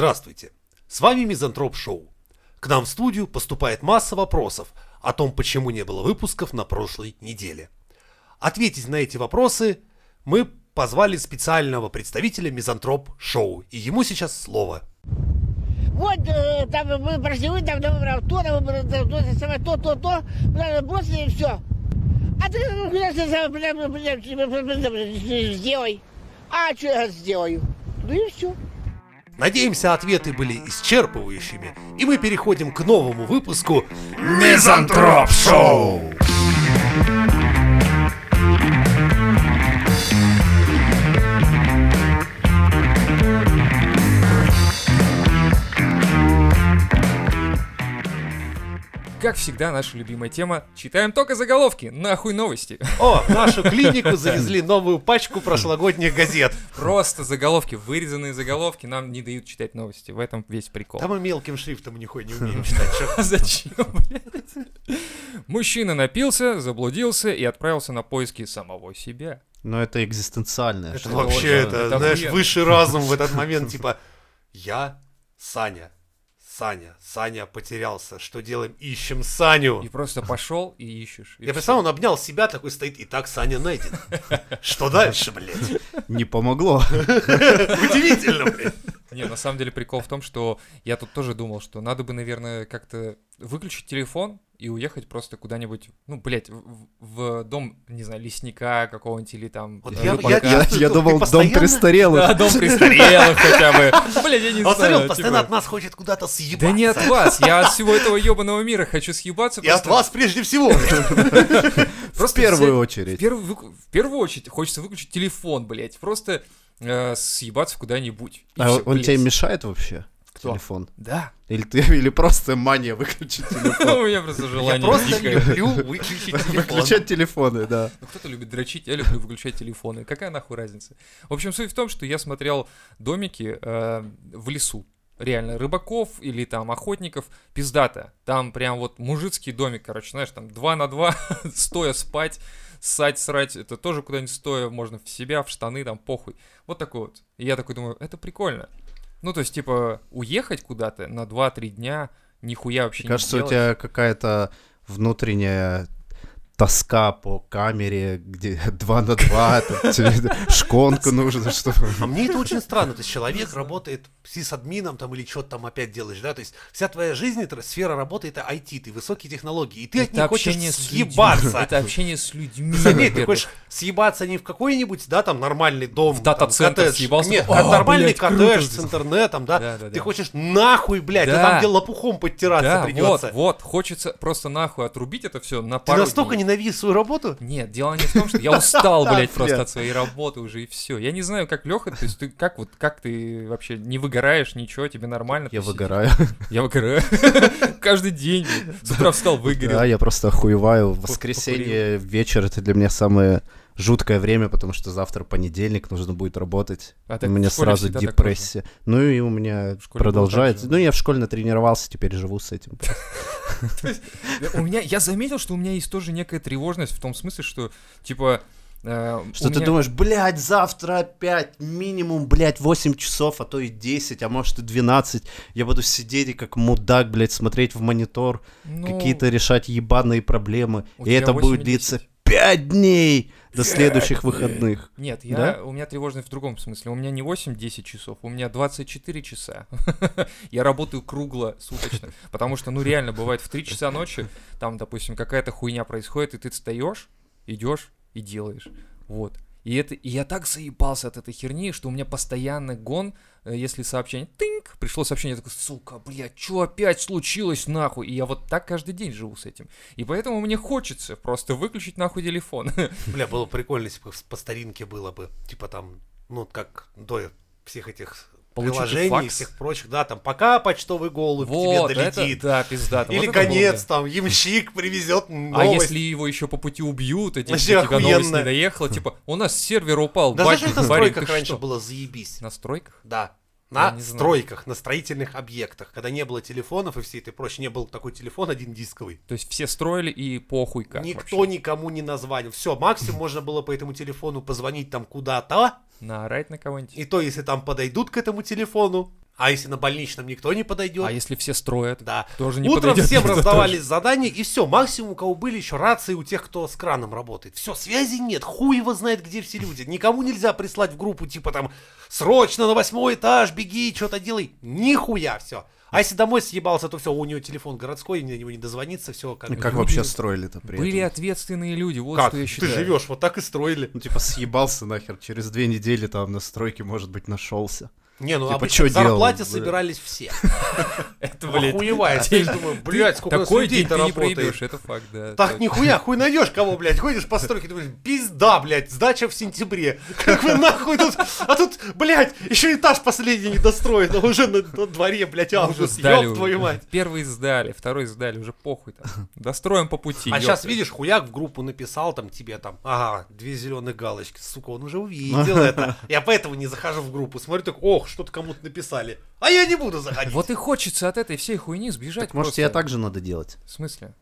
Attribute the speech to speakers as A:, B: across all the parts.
A: Здравствуйте, с вами Мизантроп Шоу. К нам в студию поступает масса вопросов о том, почему не было выпусков на прошлой неделе. Ответить на эти вопросы мы позвали специального представителя Мизантроп Шоу, и ему сейчас слово.
B: Вот э, там мы прошли, вы там выбрал то, там выбрал то, то, то, самое, то, то, то, надо бросили и все. А ты ну, типа, куда ты сам, блин, блин, блин, блин, блин, блин, блин, сделай. А что я сделаю? Ну и все.
A: Надеемся, ответы были исчерпывающими, и мы переходим к новому выпуску
C: Мизантроп Шоу!
D: Как всегда, наша любимая тема. Читаем только заголовки. Нахуй новости.
A: О, в нашу клинику завезли новую пачку прошлогодних газет.
D: Просто заголовки, вырезанные заголовки нам не дают читать новости. В этом весь прикол.
A: Да мы мелким шрифтом нихуя не умеем читать. чё.
D: А Зачем, блядь? Мужчина напился, заблудился и отправился на поиски самого себя.
C: Но это экзистенциальное.
A: Это
C: что-то.
A: вообще, это,
D: Ну, это
A: знаешь,
D: охуенно.
A: высший разум в этот момент, типа, я Саня, Саня, Саня потерялся, что делаем? Ищем Саню.
D: И просто пошел и ищешь. И
A: Я
D: всё.
A: представляю, он обнял себя, такой стоит, и так Саня найден. Что дальше, блядь?
C: Не помогло.
A: Удивительно, блядь.
D: Не, на самом деле прикол в том, что я тут тоже думал, что надо бы, наверное, как-то выключить телефон и уехать просто куда-нибудь, ну, блядь, в, в дом, не знаю, лесника какого-нибудь или там...
A: Вот
D: э,
A: я-
D: рыбака.
C: Я, я
A: чувствую, ты
C: думал, дом
A: постоянно-
C: престарелых.
D: Да, дом престарелых хотя бы. Блядь, я не
A: Он смотрел,
D: знаю.
A: постоянно от
D: типа.
A: нас хочет куда-то съебаться.
D: Да не от вас, я от всего этого ебаного мира хочу съебаться.
A: И от
D: просто-
A: вас прежде всего. блядь.
C: В
D: Просто
C: первую
D: взять- В
C: очередь.
D: первую, выку- в первую очередь хочется выключить телефон, блядь. Просто э, съебаться куда-нибудь. И
C: А
D: всё,
C: он
D: блядь.
C: тебе мешает вообще?
D: Кто?
C: Телефон.
D: Да.
C: Или, ты, или просто мания выключить телефон.
D: У меня просто
A: Я
D: желание
A: просто
D: дикое.
A: люблю выключить телефон.
C: Выключать телефоны, да.
D: Ну, кто-то любит дрочить, я люблю выключать телефоны. Какая нахуй разница? В общем, суть в том, что я смотрел домики э, в лесу. Реально, рыбаков или там охотников, пиздата. Там прям вот мужицкий домик, короче, знаешь, там 2 на 2, стоя спать, ссать, срать. Это тоже куда-нибудь стоя, можно в себя, в штаны, там похуй. Вот такой вот. И я такой думаю, это прикольно. Ну, то есть, типа, уехать куда-то на 2-3 дня, нихуя вообще не
C: Кажется, у
D: делать.
C: тебя какая-то внутренняя тоска по камере, где два на два, там тебе шконку нужно, чтобы...
A: А мне это очень странно. То есть человек работает сисадмином там или что-то там опять делаешь, да? То есть вся твоя жизнь, это сфера работы, это IT, ты высокие технологии, и ты от
D: это
A: них хочешь
D: общение с людьми.
A: съебаться.
D: Это общение с людьми.
A: Заметь, ты
D: во-первых.
A: хочешь съебаться не в какой-нибудь, да, там нормальный дом.
D: В дата-центр
A: там, коттедж.
D: съебался.
A: Нет,
D: О,
A: а нормальный
D: блядь, круто.
A: коттедж с интернетом, да?
D: Да, да,
A: Ты
D: да.
A: хочешь нахуй, блядь, а
D: Да.
A: там где лопухом подтираться
D: Да,
A: придется.
D: вот, вот, хочется просто нахуй отрубить это все на
A: Ты
D: пару
A: настолько
D: дней.
A: ненавидишь свою работу?
D: Нет, дело не в том, что я устал, блядь, просто
C: Нет.
D: от своей работы уже и все. Я не знаю, как Леха, то есть ты как вот, как ты вообще не выгораешь, ничего, тебе нормально.
C: Я
D: ты сидишь?
C: выгораю.
D: Я выгораю. Каждый день. блядь. С утра встал, выгорел.
C: Да, я просто охуеваю. Воскресенье вечер это для меня самое жуткое время, потому что завтра понедельник, нужно будет работать.
D: А
C: у
D: так
C: меня
D: в школе
C: сразу
D: всегда так
C: депрессия. Ну и у меня
D: В школе было так
C: продолжается.
D: же.
C: Ну, я в школе натренировался, теперь живу с этим.
D: У меня, я заметил, что у меня есть тоже некая тревожность в том смысле, что, типа, э, у
C: Что ты
D: меня-
C: думаешь, блядь, завтра опять минимум, блядь, 8 часов, а то и 10, а может и 12. Я буду сидеть и как мудак, блядь, смотреть в монитор,
D: ну,
C: какие-то решать ебаные проблемы.
D: у
C: И
D: тебя
C: это
D: 8
C: будет
D: или
C: длиться
D: 10.
C: 5 дней до следующих выходных.
D: Нет, я,
C: Да?
D: у меня тревожность в другом смысле. У меня не 8-10 часов, у меня 24 часа. я работаю круглосуточно. Потому что, ну, реально, бывает в 3 часа ночи, там, допустим, какая-то хуйня происходит, и ты встаешь, идешь и делаешь. Вот. И, это, и я так заебался от этой херни, что у меня постоянно гон, э, если сообщение тынк, пришло сообщение, я такой, сука, блядь, что опять случилось нахуй? И я вот так каждый день живу с этим. И поэтому мне хочется просто выключить нахуй телефон.
A: Бля, было бы прикольно, если бы по старинке было бы. Типа там, ну, как до всех этих
D: Получить
A: приложений и
D: факс.
A: всех прочих, да, там, пока почтовый голубь к тебе долетит.
D: Это, да, пиздато.
A: Или
D: Вот это было
A: конец,
D: бы.
A: там, ямщик привезет
D: А
A: новость.
D: если его еще по пути убьют, и тебе-
A: Вообще
D: до тебя новость
A: охуенно.
D: не доехала, типа, у нас сервер упал,
A: Да
D: бать,
A: знаешь, это
D: парень,
A: стройках
D: ты
A: раньше
D: что?
A: было заебись.
D: На стройках?
A: Да. На
D: не знаю.
A: стройках, на строительных объектах, когда не было телефонов и всей этой прочей, не был такой телефон один дисковый.
D: То есть все строили и похуй как
A: Никто
D: вообще.
A: никому не названил. Все, максимум можно было по этому телефону позвонить там куда-то,
D: Наорать на кого-нибудь?
A: и то, если там подойдут к этому телефону, А если на больничном никто не подойдет?
D: А если все строят?
A: Да.
D: Тоже не
A: Утром
D: подойдет.
A: всем
D: Да,
A: раздавались задания, и все. Максимум, у кого были еще рации у тех, кто с краном работает. Все, связи нет, хуй его знает, где все люди. Никому нельзя прислать в группу, типа там, срочно на восьмой этаж, беги, что-то делай. Нихуя, все. А если домой съебался, то все, у него телефон городской, на него не дозвониться, все. Как,
C: Ну, как
D: Люди
C: вообще строили-то при
D: Были
C: этом?
D: ответственные люди, вот
A: Как?
D: что я
A: Ты
D: считаю.
A: живешь, вот так и строили.
C: Ну, типа, съебался нахер, через две недели там на стройке, может быть, нашелся.
A: Не, ну
C: Типа,
A: обычно
C: чё
A: в зарплате
C: делал, блядь?
A: собирались все.
D: Это, блядь,
A: Охуевает. Я думаю, блядь, сколько у нас
D: такой день
A: людей-то
D: ты не
A: работает.
D: проебешь, это факт, да.
A: Так нихуя, хуй найдешь кого, блядь, ходишь по стройке, думаешь, пизда, блядь, сдача в сентябре. Как вы нахуй тут, а тут, блядь, еще этаж последний не достроен, а уже на, на дворе, блядь,
D: Мы
A: август,
D: сдали
A: ёб
D: уже.
A: твою мать.
D: Первый сдали, второй сдали, уже похуй там. Достроим по пути.
A: А
D: ёпта.
A: сейчас, видишь, хуяк в группу написал там тебе там, ага, две зеленых галочки, сука, он уже увидел это. Я поэтому не захожу в группу, смотрю так, ох, что-то кому-то написали, а я не буду заходить.
D: Вот и хочется от этой всей хуйни сбежать
C: Так, может,
D: просто.
C: тебе так же надо делать?
D: В смысле?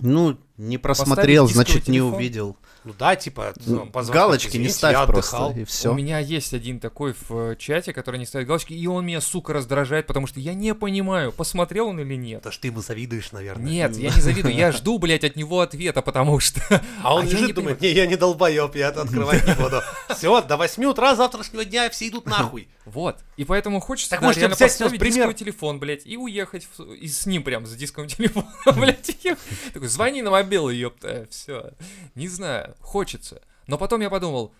C: Ну, не просмотрел,
D: дисковый
C: значит, не
D: телефон?
C: увидел.
A: Ну да, типа, ну, позвонок,
C: Галочки не
A: извините,
C: ставь
A: я
C: просто,
A: отдыхал.
C: и все.
D: У меня есть один такой в э, чате, который не ставит галочки, и он меня, сука, раздражает, потому что я не понимаю, посмотрел он или нет.
A: Это ж ты ему завидуешь, наверное.
D: Нет, я не завидую, я жду, блядь, от него ответа, потому что...
A: А он
D: я
A: лежит
D: не
A: думает, не, я не долбоеб, я это открывать не буду. Все, до 8 утра завтрашнего дня все идут нахуй.
D: Вот. И поэтому хочется
A: Так
D: да,
A: может,
D: реально
A: взять сейчас
D: поставить дисковый
A: пример?
D: телефон, блядь, и уехать в- и с ним прям с дисковым телефоном, блядь. и ехать. Такой, звони на мобилы, ёпта, все. Не знаю, хочется. Но потом я подумал,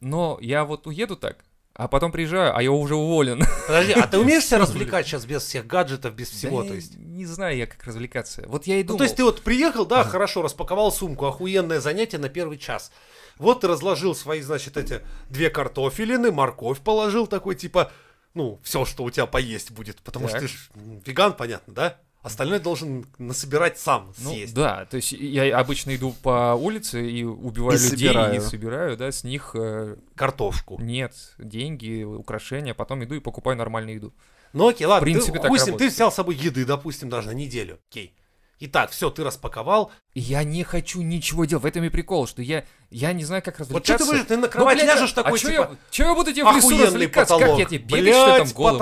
D: но я вот уеду так, а потом приезжаю, а я уже уволен.
A: Подожди, а ты умеешь себя развлекать сейчас без всех гаджетов, без всего,
D: Да я
A: то есть?
D: Не знаю я, как развлекаться. Вот я и
A: Ну,
D: думал.
A: то есть ты вот приехал, да, хорошо, распаковал сумку, охуенное занятие на первый час. Вот ты разложил свои, значит, эти две картофелины, морковь положил такой, типа, ну, все, что у тебя поесть будет, потому что
D: Так.
A: ты ж м, веган, понятно, да? Остальное должен насобирать сам,
D: Ну,
A: съесть.
D: да, то есть я обычно иду по улице и убиваю
C: И
D: людей, и
C: собираю.
D: собираю, да, с них э,
A: Картошку.
D: нет деньги, украшения, потом иду и покупаю нормальную еду.
A: Ну окей, ладно,
D: В принципе,
A: ты,
D: так
A: хуй с ним, ты
D: работает.
A: взял с собой еды, допустим, даже на неделю. Окей. Итак, все, ты распаковал.
D: Я не хочу ничего делать. В этом и прикол, что я, я не знаю, как
A: Вот
D: развлекаться. Ну,
A: что ты будешь, ты на кровать ляжешь такой,
D: а чё
A: типа,
D: я, чё я буду тебе в лесу
A: охуенный
D: развлекаться?
A: потолок.
D: Как я тебе бегать, что я
A: Блядь,
D: там голым? буду?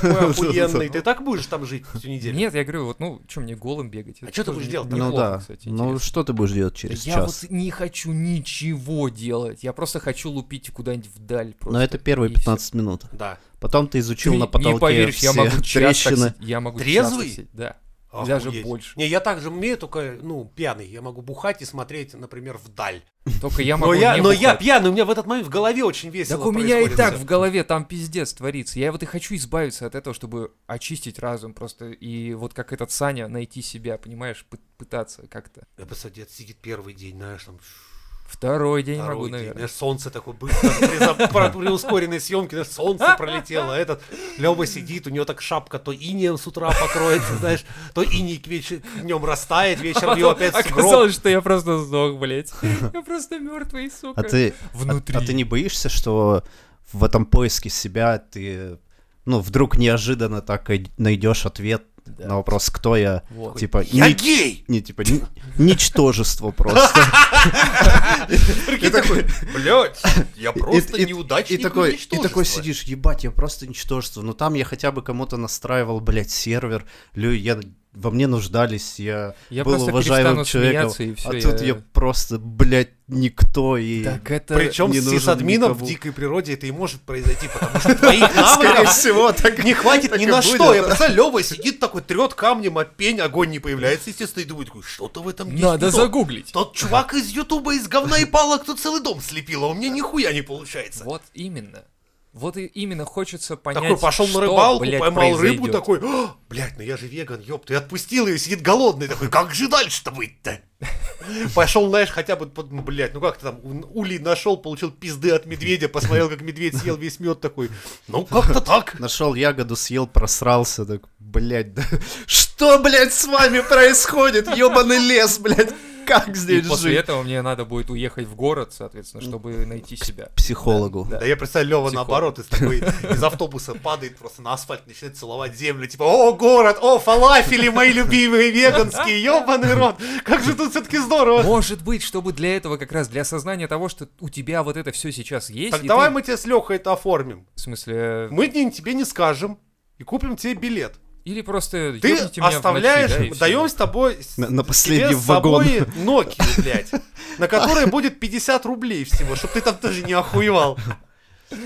A: потолок какой охуенный. Ты так будешь там жить всю неделю?
D: Нет, я говорю, вот, ну, что мне голым бегать?
A: А чё ты
D: тоже
A: будешь
D: не-
A: делать-то?
C: Ну
D: неплохо,
C: да.
D: кстати,
C: Ну,
D: интересно.
C: что ты будешь делать через
D: Я
C: час? Ну,
D: вот не хочу ничего делать. Я просто хочу лупить куда-нибудь вдаль. Просто.
C: Но это первые
D: и всё.
C: 15 минут.
A: Да.
C: Потом ты изучил
D: Ты
C: на потолке
D: не поверишь,
C: все
D: я могу час так
C: трещины.
D: сидеть. Я могу час
A: Трезвый?
D: так сидеть, Да. Даже
A: Охуеть.
D: больше.
A: Не, я также умею, только, ну, пьяный. Я могу бухать и смотреть, например, вдаль.
D: Только я могу
A: Но я,
D: не
A: но я
D: бухать.
A: пьяный, у меня в этот момент в голове очень весело
D: Так у меня и
A: происходит
D: так
A: всё.
D: в голове там пиздец творится. Я вот и хочу избавиться от этого, чтобы очистить разум просто. И вот как этот Саня, найти себя, понимаешь, пы- пытаться как-то.
A: Я, Господи, это сидит первый день, знаешь, там...
D: Второй день
A: Второй
D: могу,
A: день.
D: наверное.
A: Знаешь, солнце такое быстро при, за- про- при ускоренной съемке, знаешь, солнце пролетело. а Этот Лева сидит, у него так шапка то инеем с утра покроется, знаешь, то иней к вечер днем растает, вечером его
D: Потом
A: опять сугроб.
D: оказалось, что я просто сдох, блядь. Я просто мертвый, сука.
C: А ты, а-
D: Внутри.
C: А, ты не боишься, что в этом поиске себя ты, ну, вдруг неожиданно так и найдешь ответ на вопрос, кто я?
D: Вот.
C: Типа,
A: Я
C: ни-
A: гей!
C: не, типа, ни- ничтожество просто.
A: Прикинь, такой, блядь, я просто
C: И- и- и-
A: неудачник
C: И такой, и
A: ничтожество».
C: такой сидишь, ебать, я просто ничтожество. Но там я хотя бы кому-то настраивал, блядь, сервер. Лю, я во мне нуждались, я,
D: Я
C: был
D: просто
C: уважаемым
D: перестану
C: человеком.
D: смеяться, и все.
C: а тут я просто, блядь, никто и...
D: Так это...
A: Причем
C: Э, не
A: с
C: нужен
A: сисадмином в
C: никому.
A: дикой природе это и может произойти, потому что твоих навыков
C: всего, так
A: не хватит
C: так
A: ни
C: и
A: на
C: будет.
A: что. Я представляю, Лева сидит такой, трет камнем, а пень, огонь не появляется, естественно, и думает, такой, что-то в этом есть
D: Надо
A: не то».
D: загуглить.
A: Тот чувак из Ютуба из говна и палок тут целый дом слепил, а у меня нихуя не получается.
D: Вот именно. Вот и именно хочется понять,
A: такой пошел на
D: что,
A: рыбалку,
D: блядь,
A: поймал рыбу,
D: произойдет.
A: такой, «А, блядь, ну я же веган, ёпта, и отпустил ее, сидит голодный, такой, как же дальше-то быть-то? Пошел, знаешь, хотя бы, под- ну, блядь, ну как ты там, у- улей нашел, получил пизды от медведя, посмотрел, как медведь съел весь мед такой, ну как-то так.
C: Нашел ягоду, съел, просрался, так, блядь, да. Что, блядь, с вами происходит? Ёбаный лес, блядь, как
D: И
C: здесь
D: после
C: жить?
D: этого мне надо будет уехать в город, соответственно, чтобы найти себя.
C: Психологу.
D: Да.
A: Да я представляю, Лева
D: Психолог.
A: наоборот, из, такой, из автобуса падает просто на асфальт, начинает целовать землю, типа, о, город, о, фалафели мои любимые веганские, ёбаный рот, как же тут все-таки здорово.
D: Может быть, чтобы для этого как раз, для осознания того, что у тебя вот это все сейчас есть.
A: Так
D: и
A: давай
D: ты-
A: мы тебе с Лехой это оформим.
D: В смысле...
A: Мы ни- тебе не скажем. и купим тебе билет.
D: Или просто
A: Ты
D: ёбните меня в ночи,
A: оставляешь,
D: да, и всё.
A: даем с тобой с-
C: На- на
A: тебе
C: последний
A: с
C: вагон.
A: собой Nokia, блядь, на которой будет 50 рублей всего, чтобы ты там тоже не охуевал.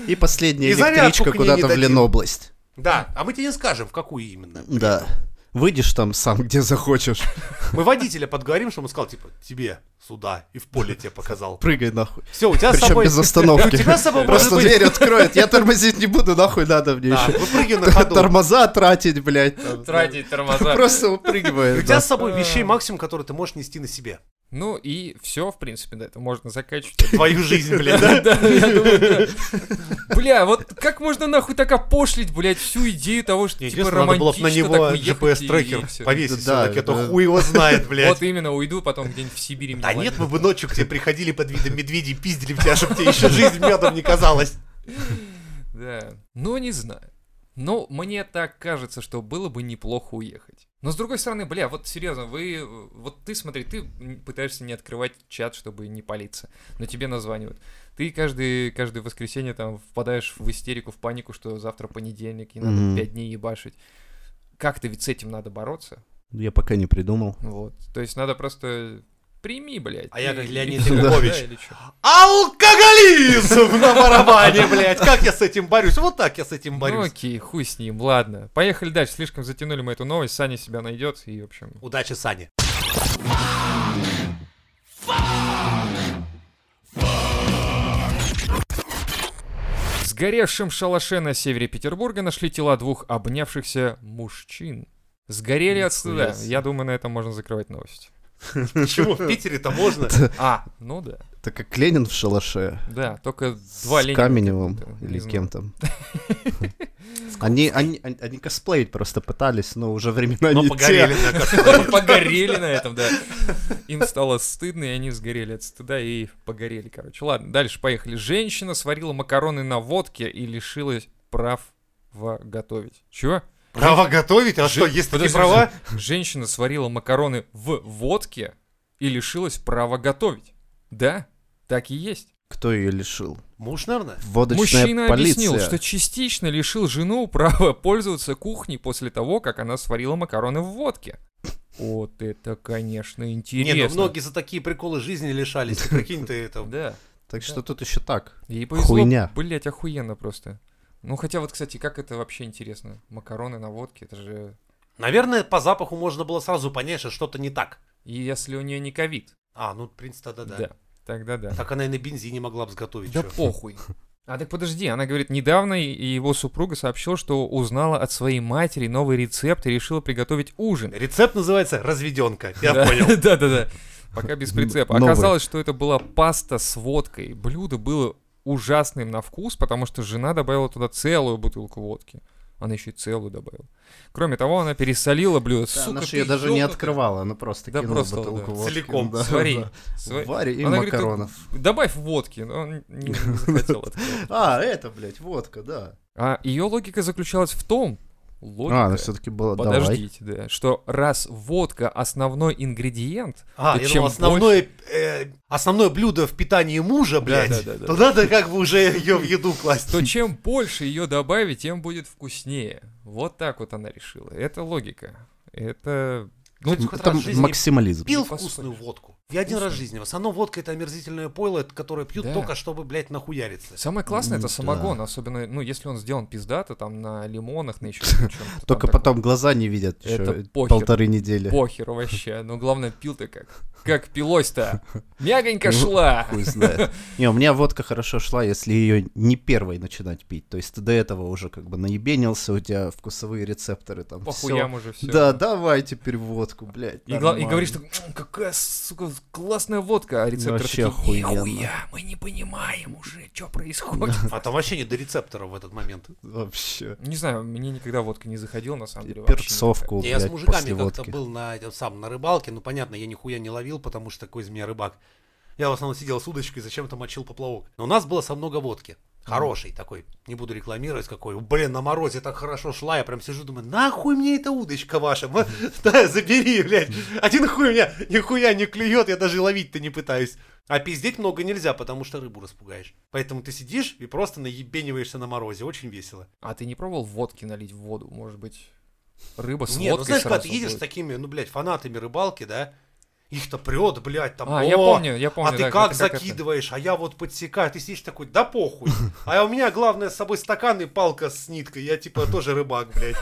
C: И последняя
A: И зарядку
C: электричка
A: к ней не
C: куда-то в
A: дадим.
C: Ленобласть.
A: Да, а мы тебе не скажем, в какую именно.
C: Да. Выйдешь там сам, где захочешь.
A: Мы водителя подговорим, чтобы он сказал, типа, тебе сюда, и в поле тебе показал.
C: Прыгай нахуй.
A: Все, у тебя с
C: Причем
A: собой...
C: без остановки.
A: У тебя с собой может
C: Просто
A: быть...
C: дверь откроет. Я тормозить не буду, нахуй надо мне
A: Да,
C: еще.
A: выпрыгивай на ходу.
C: Тормоза тратить, блядь.
D: Тратить тормоза.
C: Просто
A: И У
C: упрыгивает.
A: тебя
C: да.
A: с собой вещей максимум, которые ты можешь нести на себе.
D: Ну и все, в принципе, да, это можно закачивать.
A: Твою жизнь, блядь, да?
D: Да, я думаю, да. Бля, вот как можно нахуй так опошлить, блядь, всю идею того, что типа
A: Единственное, надо было б
D: романтично
A: на него
D: так уехать и- и
A: GPS-трекер
D: всё.
A: повесить
C: Да,
A: все-таки, а то
C: да.
A: хуй его знает, блядь.
D: Вот именно, уйду потом где-нибудь в Сибири. меня
A: Да нет, ну.
D: ловят.
A: мы бы ночью к тебе приходили под видом медведей, пиздили в тебя, чтобы тебе еще жизнь медом не казалась.
D: Да. Ну, не знаю. Но мне так кажется, что было бы неплохо уехать. Но с другой стороны, бля, вот серьезно, вы... э, Вот ты, смотри, ты м, пытаешься не открывать чат, чтобы не палиться, но тебе названивают. Ты каждый, каждое воскресенье там впадаешь в истерику, в панику, что завтра понедельник, и надо
C: Мгм.
D: пять дней ебашить. Как-то ведь с этим надо бороться.
C: Я пока не придумал.
D: Вот. То есть надо просто... Прими, блядь.
A: А я как
D: и-
A: Леонид
D: и всё,
A: Якубович.
D: да, или чё.
A: Алкоголизм на барабане, блядь. Как я с этим борюсь? Вот так я с этим
D: Ну
A: борюсь.
D: окей, хуй с ним, ладно. Поехали дальше, слишком затянули мы эту новость, Саня себя найдет и, в общем,
A: Удачи, Саня.
D: В сгоревшем шалаше на севере Петербурга нашли тела двух обнявшихся мужчин. Сгорели от стыда.
C: Нихуя себе.
D: Я думаю, на этом можно закрывать новость.
A: Почему в Питере-то можно?
D: А, ну да.
C: Это как Ленин в шалаше.
D: Да, только два
C: с
D: Ленина.
C: Каменевым
D: как будто, не
C: или
D: знаю.
C: кем там. Они, они, они- они косплеить просто пытались, но уже времена
A: Но
C: не
A: погорели
C: те.
A: на косплее.
D: Погорели на этом, да. Им стало стыдно, и они сгорели от стыда и погорели, короче. Ладно, дальше поехали. Женщина сварила макароны на водке и лишилась прав в готовить. Чего?
A: Права готовить? А что, есть такие
D: Подожди,
A: права?
D: Женщина сварила макароны в водке и лишилась права готовить. Да, так и есть.
C: Кто ее лишил?
A: Муж, наверное.
C: Водочная
D: Мужчина
C: полиция.
D: объяснил, что частично лишил жену права пользоваться кухней после того, как она сварила макароны в водке. Вот это, конечно, интересно.
A: Нет, ну многие за такие приколы жизни лишались. Ты Прикинь ты это.
D: Да.
C: Так что тут еще так.
D: Ей повезло,
C: Хуйня.
D: блядь, охуенно просто. Ну, хотя вот, кстати, как это вообще интересно? Макароны на водке, это же...
A: Наверное, по запаху можно было сразу понять, что что-то не так.
D: И если у нее не ковид.
A: А, ну, в принципе, тогда да.
D: Тогда да.
A: Так она и на бензине могла бы сготовить.
D: Да
A: чё.
D: похуй. А так подожди, она говорит, недавно и- и его супруга сообщила, что узнала от своей матери новый рецепт и решила приготовить ужин.
A: Рецепт называется «Разведенка». Я
D: да.
A: понял.
D: Да, да, да. Пока без прицепа.
C: Новый.
D: Оказалось, что это была паста с водкой. Блюдо было ужасным на вкус, потому что жена добавила туда целую бутылку водки. Она еще и целую добавила. Кроме того, она пересолила блюдо.
C: Да,
D: Сука,
C: она
D: ты
C: же ее даже не
D: ёбнутый.
C: открывала, она просто
D: Да
C: кинула
D: просто,
C: бутылку
D: да,
C: водки.
A: целиком,
C: Да,
D: Свари.
C: да.
D: Свари.
C: Вари и
D: Она говорит,
C: макаронов.
D: Добавь водки. Но он не, не захотел открывать.
C: А, это, блядь, водка, да.
D: А ее логика заключалась в том, логика,
C: А, она все-таки была, давай.
D: подождите, да, что раз водка основной ингредиент,
A: А,
D: то
A: я
D: чем
A: думал, основное, э, основное блюдо в питании мужа, блядь,
D: да-да-да.
A: то надо как бы уже ее в еду класть.
D: то чем больше ее добавить, тем будет вкуснее. Вот так вот она решила. Это логика. Это... Ну,
A: Хоть раз
C: Там
A: в жизни
C: максимализм.
A: Пил
D: Не поспоришь.
A: вкусную водку. Я один раз в
D: Вкусную?
A: жизни. В основном водка это омерзительное пойло, которое пьют
D: Да.
A: только чтобы, блядь, нахуяриться.
D: самое классное это
C: М,
D: самогон, особенно, ну, если он сделан пиздато, там, на лимонах, на еще чем-то.
C: Только
D: там таком.
C: потом глаза не видят
D: Это
C: еще
D: похер.
C: полторы недели.
D: Похер вообще, но главное пил-то как. Как пилось-то? Мягонько шла.
C: Ну, Хуй знает. Не, у меня водка хорошо шла, если ее не первой начинать пить. То есть ты до этого уже как бы наебенился, у тебя вкусовые рецепторы там.
D: По
C: всё.
D: хуям уже все.
C: Да, давай теперь водку, блядь.
D: И, гла- и
C: нормально.
D: говоришь, что «М, какая, сука, классная водка, а рецепторы
C: Вообще
D: такие,
C: охуенно.
D: «Нихуя, мы не понимаем уже, что происходит.
A: А там вообще не до рецептора в этот момент.
C: Вообще.
D: Не знаю, мне никогда водка не заходила, на самом
C: И
D: деле. вообще
C: перцовку,
D: никак.
A: Я с
C: блядь,
A: мужиками
C: после
A: как-то
C: водки.
A: был на этом самом на рыбалке, ну понятно, я нихуя не ловил, потому что такой из меня рыбак. Я в основном сидел с удочкой, зачем-то мочил поплавок. Но у нас было со много водки. Хороший такой, не буду рекламировать какой. Блин, на морозе так хорошо шла, я прям сижу, думаю, нахуй мне эта удочка ваша? М, Да, забери, блядь. Один хуй у меня нихуя не клюет, я даже ловить-то не пытаюсь. А пиздеть много нельзя, потому что рыбу распугаешь. Поэтому ты сидишь и просто наебениваешься на морозе. Очень весело.
D: А ты не пробовал водки налить в воду? Может быть, рыба с
A: Не,
D: водкой
A: ну знаешь, когда
D: сразу
A: ты едешь с
D: будет?
A: такими, ну, блядь, фанатами рыбалки, да, их-то прет, блядь, там,
D: А, я
A: «О,
D: помню, я помню.
A: а
D: да,
A: ты как
D: это- это.
A: закидываешь, а я вот подсекаю. Ты сидишь такой, да похуй. А у меня главное с собой стакан и палка с ниткой. Я типа тоже рыбак, блядь.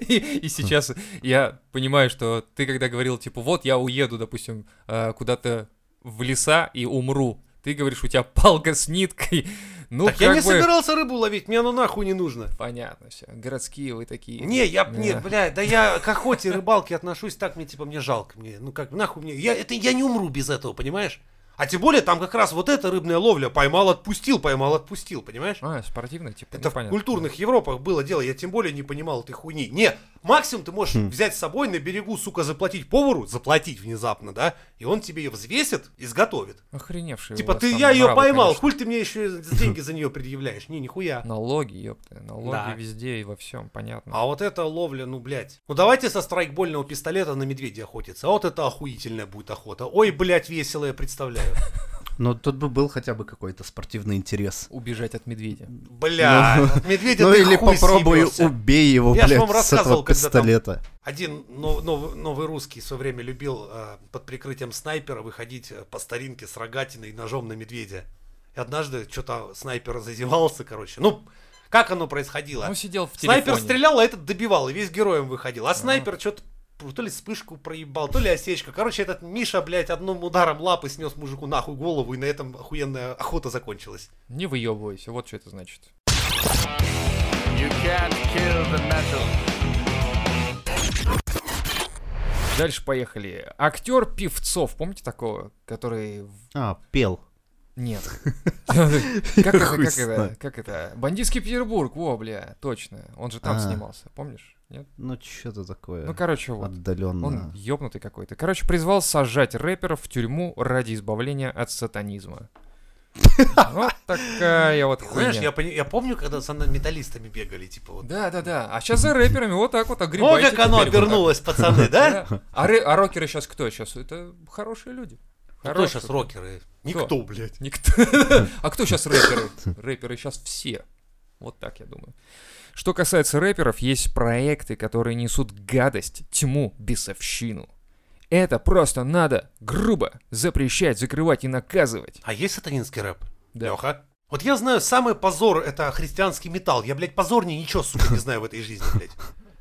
D: И, и сейчас я понимаю, что ты когда говорил, типа, вот я уеду, допустим, э, куда-то в леса и умру, ты говоришь, у тебя палка с ниткой. Ну,
A: так я
D: как
A: не
D: бы...
A: собирался рыбу ловить, мне оно нахуй не нужно.
D: Понятно все. Городские вы такие.
A: Не, я,
D: Да.
A: нет, блядь, да я к охоте и рыбалке отношусь так, мне типа, мне жалко, мне, ну как, нахуй мне, я, это, я не умру без этого, понимаешь? А тем более там как раз вот эта рыбная ловля, поймал, отпустил, поймал, отпустил, понимаешь?
D: А, спортивная, типа,
A: Это
D: ну, понятно.
A: в культурных Европах было дело, я тем более не понимал этой хуйни. Не, максимум ты можешь
C: Хм.
A: взять с собой на берегу, сука, заплатить повару, заплатить внезапно, да, и он тебе ее взвесит и сготовит.
D: Охреневшие у
A: типа,
D: вас
A: ты,
D: там
A: я ее
D: нравы,
A: поймал,
D: конечно.
A: хуй ты мне еще деньги за нее предъявляешь? Не, нихуя.
D: Налоги, ёпта, налоги
A: Да.
D: везде и во всем, понятно.
A: А вот это ловля, ну, блядь. Ну, давайте со страйкбольного пистолета на медведя охотиться. А вот это охуительная будет охота. Ой, блядь, весело я представляю.
C: Но Ну, тут бы был хотя бы какой-то спортивный интерес.
D: Убежать от медведя.
A: Бля,
C: Ну,
A: от медведя
C: Ну
A: ты
C: или
A: хуй
C: попробуй
A: съебёшься.
C: убей его,
A: Я ж вам
C: блядь, с
A: рассказывал,
C: этого
A: когда там-
C: пистолета.
A: Один но- нов- новый русский в свое время любил э, под прикрытием снайпера выходить э, по старинке с рогатиной и ножом на медведя. И однажды что-то снайпер зазевался, короче. Ну, как оно происходило?
D: Он сидел Ну, в телефоне.
A: Снайпер стрелял, а этот добивал, и весь героем выходил. А снайпер что-то то ли вспышку проебал, то ли осечка. Короче, этот Миша, блядь, одним ударом лапы снес мужику нахуй голову, и на этом охуенная охота закончилась.
D: Не выебывайся, вот что это значит.
E: You can't kill the metal.
D: Дальше поехали. Актер Певцов, помните такого, который... в-
C: А, пел.
D: Нет. Как это,
C: Хуй
D: как это,
C: знает.
D: как это? Бандитский Петербург, во, бля, точно. Он же там
C: А.
D: снимался, помнишь? Нет?
C: Ну, что-то такое.
D: Ну, короче, вот. Он
C: Отдаленно.
D: ёбнутый какой-то. Короче, призвал сажать рэперов в тюрьму ради избавления от сатанизма. Вот такая вот
A: Знаешь, я,
D: хуйня.
A: пони- я помню, когда за металлистами бегали, типа вот.
D: Да-да-да, а сейчас за рэперами вот так вот
A: О,
D: огребайте.
A: как оно
D: теперь вот так.
A: обернулось, пацаны, да?
D: Да. А рэ- а рокеры сейчас кто? Сейчас это хорошие люди.
A: Кто сейчас рокеры? Никто, блядь.
D: Никто. А кто сейчас рэперы? Рэперы сейчас все. Вот так я думаю. Что касается рэперов, есть проекты, которые несут гадость, тьму, бесовщину. Это просто надо грубо запрещать, закрывать и наказывать.
A: А есть сатанинский рэп?
D: Да.
A: Леха? Вот я знаю, самый позор это христианский металл. Я, блядь, позорнее ничего, сука, не знаю в этой жизни, блядь.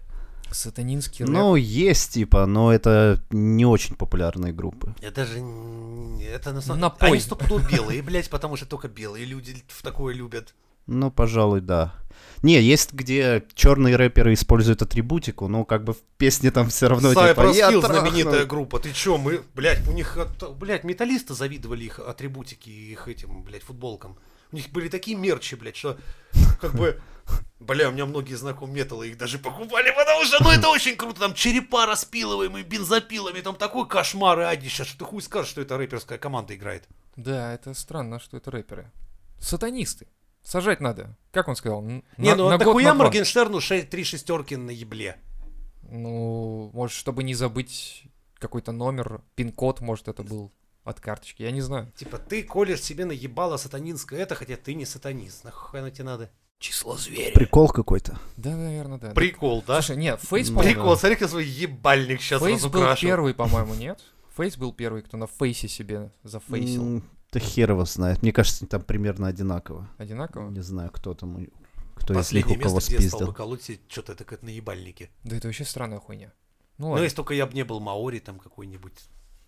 D: Сатанинский рэп.
C: Ну, есть, типа, но это не очень популярные группы.
A: Я даже... н- Это на самом
D: Напой.
A: Они стопудово белые, блядь, потому что только белые люди в такое любят.
C: Ну, пожалуй, да. Не, есть где черные рэперы используют атрибутику, но как бы в песне там все равно типа
A: Cypress
C: «Я
A: Hill
C: трахнул».
A: знаменитая группа. Ты чё, мы, блядь, у них, от- блядь, металлисты завидовали их атрибутики и их этим, блядь, футболкам. У них были такие мерчи, блядь, что как бы... Бля, у меня многие знакомые металла их даже покупали, потому что, ну, это очень круто, там черепа распилываемые бензопилами, там такой кошмар и адище, что ты хуй скажешь, что это рэперская команда играет.
D: Да, это странно, что это рэперы. Сатанисты. Сажать надо. Как он сказал? Н-
A: Не,
D: на-
A: ну,
D: на
A: это
D: год,
A: хуя
D: на два.
A: Моргенштерну ше- три шестерки на ебле.
D: Ну, может, чтобы не забыть какой-то номер, пин-код, может, это был от карточки, я не знаю.
A: Типа, ты колешь себе наебало сатанинское это, хотя ты не сатанист. Нахуй оно тебе надо?
D: Число зверя.
C: Прикол какой-то.
D: Да, наверное, да.
A: Прикол, да?
D: Слушай, нет, Фейс,
A: Прикол,
D: по-моему,
A: смотри, как свой ебальник сейчас
D: Фейс был
A: разукрашил.
D: первый, по-моему, нет? Фейс был первый, кто на Фейсе себе зафейсил.
C: М, Да хер его знает. Мне кажется, там примерно одинаково.
D: Одинаково?
C: Не знаю, кто там, у- кто из них у
A: Последнее
C: кого
A: место, где я стал бы
C: спиздил.
A: колоть, что-то это как на ебальнике.
D: Да это вообще странная хуйня. Ну
A: Ну,
D: ладно.
A: если только я бы не был маори там какой-нибудь.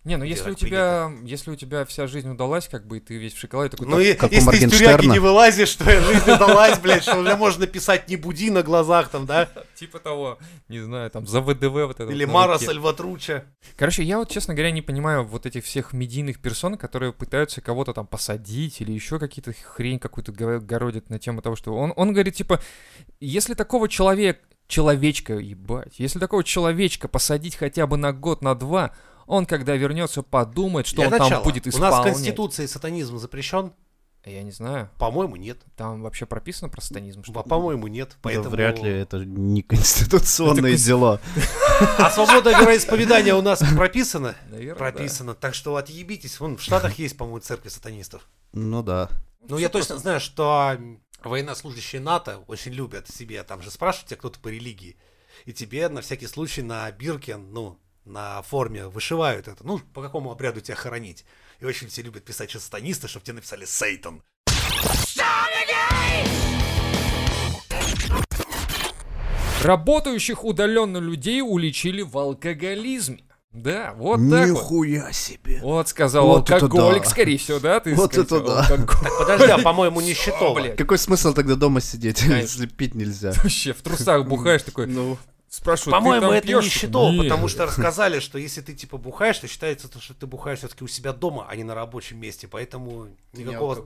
D: Не, ну
A: где
D: если у
A: так
D: тебя, если у тебя вся жизнь удалась, как бы, и ты весь в шоколаде, такой,
A: Ну,
D: «Так,
A: и-
C: как у
A: если ты из тюряги
C: Моргенштерна.
A: не вылазишь, то я жизнь удалась, блядь, что уже можно писать не Буди на глазах там, да?
D: типа того, не знаю, там, за ВДВ вот это.
A: Или
D: вот на
A: Мара
D: руке».
A: Сальватруча.
D: Короче, я вот, честно говоря, не понимаю вот этих всех медийных персон, которые пытаются кого-то там посадить или еще какие-то хрень какую-то го- городят на тему того, что он, он говорит, типа, если такого человека, человечка, ебать, если такого человечка посадить хотя бы на год, на два, он, когда вернется, подумает, что
A: Для
D: он
A: начала,
D: там будет
A: У нас
D: исполнять. А
A: в Конституции сатанизм запрещен.
D: Я не знаю.
A: По-моему, нет.
D: Там вообще прописано про сатанизм?
A: Во-
D: Что...
A: По-моему, нет. Поэтому...
C: Да вряд ли это не конституционные дела.
A: А свобода вероисповедания у нас прописана?
D: Наверное,
A: Прописано. Так что отъебитесь. Вон в Штатах есть, по-моему, церкви сатанистов.
C: Ну да.
A: Ну, я точно знаю, что м, военнослужащие НАТО очень любят себе, там же спрашивают тебя, кто ты по религии. И тебе на всякий случай на бирке, ну, на форме вышивают это. Ну, по какому обряду тебя хоронить. И очень все любят писать что сатанисты, чтобы тебе написали «Сейтан».
D: Работающих удаленно людей уличили в алкоголизме. Да, вот так вот.
C: Нихуя себе.
D: Вот сказал
C: Вот это
D: алкоголик,
C: да.
D: скорее всего, да? Ты,
C: Вот
D: скорее
C: это
D: всего,
C: да.
D: алкоголик,
A: Подожди, а по-моему, не
D: блядь.
C: Какой смысл тогда дома сидеть,
D: Конечно.
C: если пить нельзя?
D: Вообще, в трусах бухаешь такой,
C: Ну,
D: спрашивают, ты
A: По-моему,
D: там
A: это
D: пьёшь?
A: не щитово,
D: Нет.
A: потому что рассказали, что если ты типа бухаешь, то считается, то, что ты бухаешь все-таки у себя дома, а не на рабочем месте. Поэтому никакого.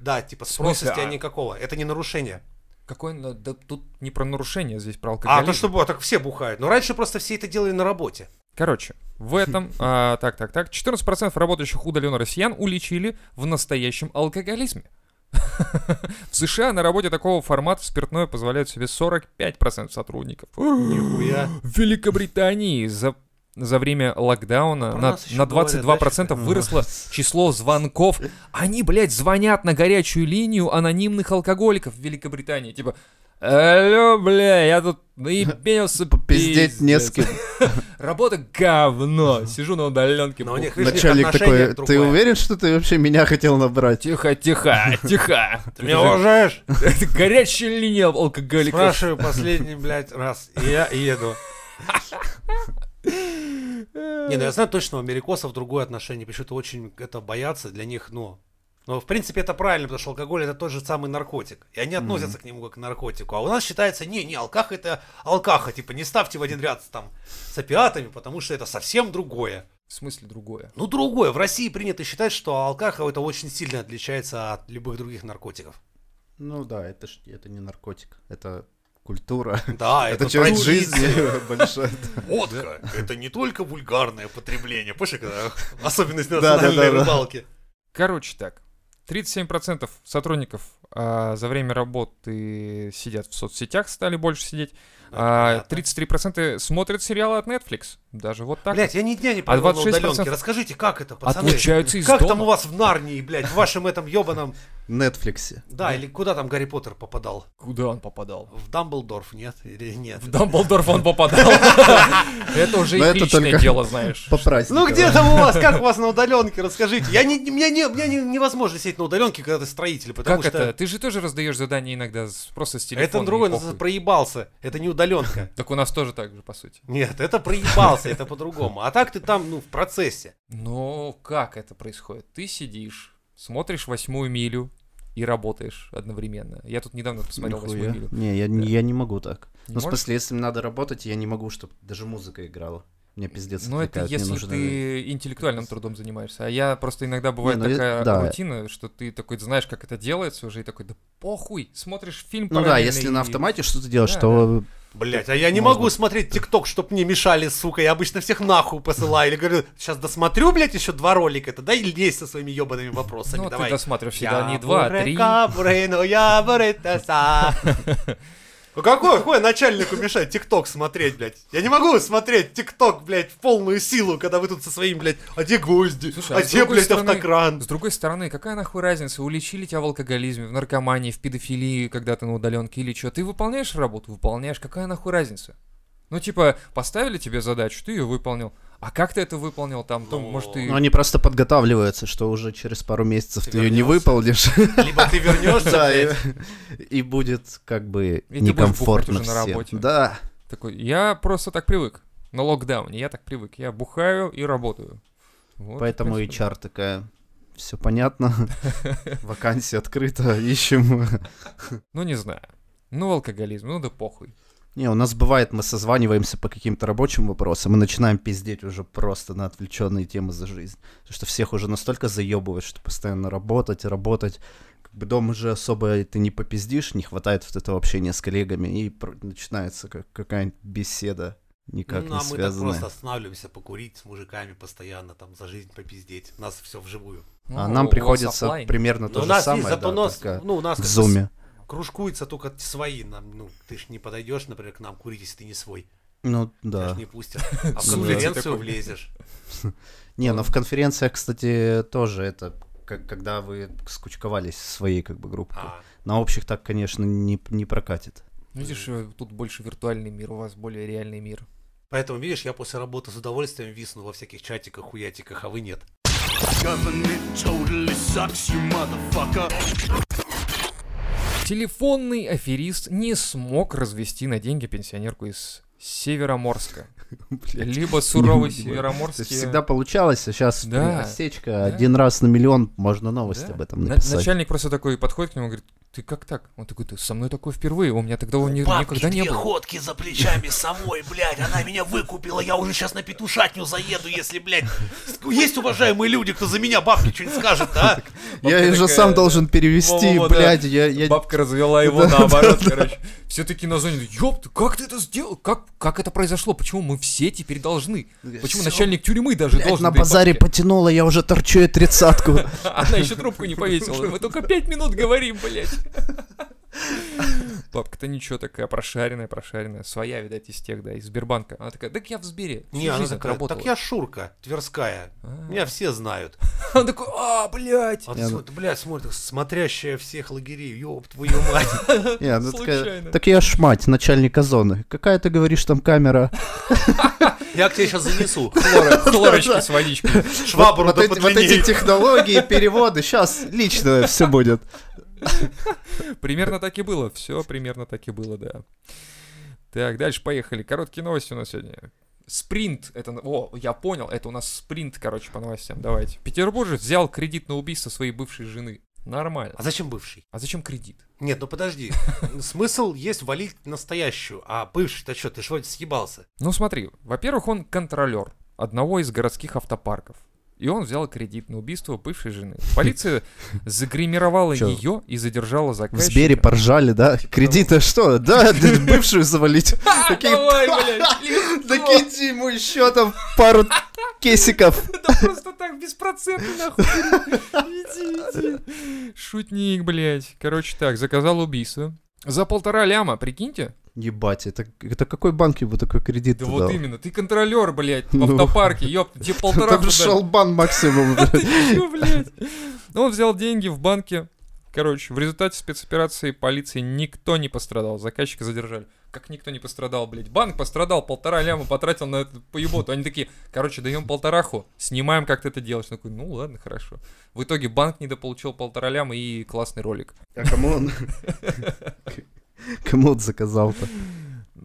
A: Да, типа спроса
D: смысле,
A: с тебя
D: а-
A: никакого. Это не нарушение.
D: Какой, на- да тут не про нарушение здесь,
A: А,
D: про алкоголизм.
A: то, что бу- так все бухают. Но раньше просто все это делали на работе.
D: Короче, в
A: Хм.
D: этом, а, так, так, так, 14% работающих удаленно россиян уличили в настоящем алкоголизме. В США на работе такого формата спиртное позволяет себе 45% сотрудников.
A: Нихуя.
D: В Великобритании за, за время локдауна
A: Про
D: на,
A: нас ещё
D: на
A: говорят, Ну.
D: 22% выросло число звонков. Они, блядь, звонят на горячую линию анонимных алкоголиков в Великобритании. Типа, алло, бля, я тут наебенился,
C: пиздеть не с кем.
D: Работа говно, сижу на удаленке.
A: Но у них, видишь, у них
C: Начальник
A: отношение
C: такой, ты
A: другое.
C: уверен, что ты вообще меня хотел набрать?
D: Тихо, тихо, тихо.
A: Ты меня уважаешь?
D: Это горячая линия алкоголиков.
A: Спрашиваю последний, блядь, раз. И я еду. Не, ну я знаю точно, у америкосов другое отношение. Почему-то очень это боятся. Для них, ну... Но, в принципе, это правильно, потому что алкоголь это тот же самый наркотик. И они относятся к нему как к наркотику. А у нас считается, не, не, алках это алкаха. Типа, не ставьте в один ряд с, там, с опиатами, потому что это совсем другое.
D: В смысле другое?
A: Ну, другое. В России принято считать, что алкаха это очень сильно отличается от любых других наркотиков.
C: Ну да, это ж это не наркотик, это культура.
D: А
A: Да,
C: Это часть
A: традиция.
C: жизни большая.
A: Водка — это не только вульгарное потребление. Помнишь, когда особенность
C: Да-да-да-да.
A: национальной рыбалки?
D: Короче так, 37% сотрудников а, за время работы сидят в соцсетях, стали больше сидеть. А, 33% смотрят сериалы от Netflix. Даже вот так.
A: Блять, я ни
D: А
A: дня не провел на
D: 26%
A: удаленке. Расскажите, как это,
D: вот.
A: пацаны?
D: Отлучаются из
A: Как
D: дома.
A: там у вас в Нарнии, блядь, в вашем этом ебаном...
C: Нетфликсе.
A: Да, или куда там Гарри Поттер попадал?
D: Куда он попадал?
A: В Дамблдорф, нет? Или нет?
D: В Дамблдорф он попадал. Это уже
C: Но
D: их
C: это
D: личное
C: только-
D: дело, знаешь.
C: По празднику.
A: Ну где там у вас, как у вас на удаленке, расскажите. Я не, у меня, не, у меня не- невозможно сидеть на удаленке, когда ты строитель, потому
D: Как
A: что
D: это? Ты же тоже раздаешь задания иногда с- просто с телефона.
A: это
D: и
A: другой,
D: похуй.
A: называется, проебался. Это не удаленка.
D: Так у нас тоже так же, по сути.
A: Нет, это проебался, это по-другому. А так ты там, ну, в процессе.
D: Но как это происходит? Ты сидишь, смотришь восьмую милю и работаешь одновременно. Я тут недавно посмотрел восьмую милю.
C: Не, я, не- я не могу так.
D: Не
C: Но с
D: можешь?
C: последствиями надо работать, я не могу, чтобы даже музыка играла. Мне пиздец
D: Ну, это
C: отвлекает, мне
D: если
C: нужно-
D: ты интеллектуальным трудом занимаешься. А я просто иногда бывает
C: ну, я-
D: такая
C: да.
D: рутина, что ты такой знаешь, как это делается уже, и такой, да похуй, смотришь фильм
C: Ну да,
D: параллельно
C: если на
D: и-
C: автомате что-то делаешь,
D: Да,
C: то...
A: Блять, а я не
C: Можно.
A: могу смотреть ТикТок, чтоб мне мешали, сука. Я обычно всех нахуй посылаю. Или говорю, сейчас досмотрю, блять, еще два ролика. Тогда и лезь со своими ебаными вопросами.
D: Ну,
A: Давай.
D: ты досматриваешь всегда не два, а три.
A: Яблоко, бурено, яблоко, са. Ну какой, какой начальнику мешает ТикТок смотреть, блядь? Я не могу смотреть ТикТок, блядь, в полную силу, когда вы тут со своим, блядь, а где гвозди,
D: Слушай,
A: а,
D: а с
A: где,
D: другой
A: блядь,
D: стороны-
A: автокран?
D: С другой стороны, какая нахуй разница, уличили тебя в алкоголизме, в наркомании, в педофилии, когда ты на удаленке или что? Ты выполняешь работу? Выполняешь. Какая нахуй разница? Ну, типа, поставили тебе задачу, ты ее выполнил. А как ты это выполнил там? то, может, ты...
C: Ну, они просто подготавливаются, что уже через пару месяцев
A: Ты
C: ты, ее не
A: вернёшься.
C: выполнишь.
A: Либо ты вернешься,
C: Да, и-
A: блядь.
C: и будет как бы
D: И ты будешь
C: некомфортно
D: бухать уже на
C: всем.
D: работе.
C: Да,
D: Такой, я просто так привык. На локдауне я так привык. Я бухаю и работаю. Вот,
C: поэтому
D: в принципе.
C: HR такая... Все понятно, вакансия открыта, ищем.
D: Ну, не знаю. Ну, алкоголизм, ну да похуй.
C: Не, у нас бывает, мы созваниваемся по каким-то рабочим вопросам и начинаем пиздеть уже просто на отвлеченные темы за жизнь. Потому что всех уже настолько заебывает, что постоянно работать, работать. Как бы дома же особо ты не попиздишь, не хватает вот этого общения с коллегами, и пр- начинается как какая-нибудь беседа, никак
A: ну,
C: не
A: а мы так
C: связанная.
A: просто останавливаемся покурить с мужиками постоянно, там, за жизнь попиздеть. Нас все вживую.
D: Ну,
C: а
D: у Ну,
C: нам
D: вас
C: приходится
D: оффлайн.
C: примерно
A: Но
C: Ну, то
A: у
C: же
A: нас
C: самое,
A: есть, зато
C: да,
A: у нас,
C: только
A: ну, у нас
C: в
A: как-то
C: зуме.
A: с- кружкуется только т- свои. Нам, ну, ты ж не подойдешь, например, к нам курить, если ты не свой.
C: Ну
A: Тебя
C: да.
A: ж не пустят. А в
D: Судите
A: конференцию
D: такой.
A: влезешь.
C: Не, но в конференциях, кстати, тоже это как, когда вы скучковались своей как бы группой.
A: А,
C: На общих так, конечно, не, не прокатит.
D: Ну, видишь, э, тут больше виртуальный мир, у вас более реальный мир.
A: Поэтому, видишь, я после работы с удовольствием висну во всяких чатиках, хуятиках, а вы нет.
E: Government totally sucks, you motherfucker.
D: Телефонный аферист не смог развести на деньги пенсионерку из Североморска. Либо суровый
C: Не понимаю. То
D: североморский...
C: есть всегда получалось, а сейчас
D: Да.
C: осечка
D: Да.
C: один раз на миллион можно новость
D: Да.
C: об этом
D: На-
C: написать.
D: Начальник просто такой подходит к нему и говорит, ты как так? Он такой, ты со мной такое впервые, у меня тогда ни- никогда не было.
A: ходки за плечами самой, блядь. Она меня выкупила, я уже сейчас на петушатню заеду, если, блядь. Есть уважаемые люди, кто за меня бабки что-нибудь скажет, а?
C: Я
D: Бабка
C: ее же
D: такая,
C: сам должен перевести,
D: «Во-во-во, да.
C: блядь, я, я-
D: Бабка развела его наоборот, короче. Все такие на зоне, ёб, ты, как ты это сделал? Как, как это произошло? Почему мы все теперь должны? Почему
C: Всё.
D: начальник тюрьмы даже
C: блядь,
D: должен?
C: на
D: дать
C: базаре
D: бабки?
C: потянула, я уже торчу ей тридцатку.
D: Она еще трубку не повесила. Мы только пять минут говорим, блядь. Бабка-то ничего такая прошаренная, прошаренная. Своя, видать, из тех, да, из Сбербанка. Она такая, так я в Сбере. всю
A: Не, она
D: жизнь А.
A: такая,
D: отработала».
A: так я Шурка, Тверская. Меня все знают.
D: Он такой, а, блядь.
A: А ты смотри- блядь, смотри, смотрящая всех лагерей, ёб твою мать.
C: Не, она такая,
D: Случайно.
C: Так я шмать, начальника зоны. Какая ты говоришь там камера?
A: Я к тебе сейчас занесу.
D: Хлоры- Хлорочки с водичкой.
A: Швабру
C: Вот
A: да
C: эти, вот
A: подлинней.
C: эти технологии, переводы, сейчас лично все будет.
D: Примерно так и было. Все примерно так и было, да. Так, дальше поехали. Короткие новости у нас сегодня. Спринт. Это, на- о, я понял, это у нас спринт, короче, по новостям. Давайте. Петербуржец взял кредит на убийство своей бывшей жены. Нормально.
A: А зачем бывший?
D: А зачем кредит?
A: Нет, ну подожди. Смысл есть валить настоящую, а бывший-то что, ты ж вроде съебался.
D: Ну смотри, во-первых, он контролер одного из городских автопарков. И он взял кредит на убийство бывшей жены. Полиция загримировала
C: Чё?
D: ее и задержала
C: В
D: заказчика. А,
C: Сбере поржали, да? Кредиты что? Да, бывшую завалить.
D: А,
C: Такие,
D: давай, блядь, легко.
C: Докиньте ему еще там пару кесиков.
D: Да просто так, без процентов, нахуй. Иди, иди. Шутник, блядь. Короче так, заказал убийство. За полтора ляма, прикиньте?
C: Ебать, это, это какой банк ему такой кредит
D: Да
C: дал?
D: вот именно, ты контролер, блядь, в
C: Ну.
D: автопарке, ёпта, тебе полтора
C: Там же
D: куда?
C: шалбан максимум. блядь.
D: Чё, блядь? Ну, Он взял деньги в банке. Короче, в результате спецоперации полиции никто не пострадал, заказчика задержали. Как никто не пострадал, блядь. Банк пострадал, полтора ляма потратил на эту поеботу. Они такие, короче, даем полтораху, снимаем, как ты это делаешь. Он такой, ну ладно, хорошо. В итоге банк недополучил полтора ляма и классный ролик.
C: А кому он... Кому он заказал-то?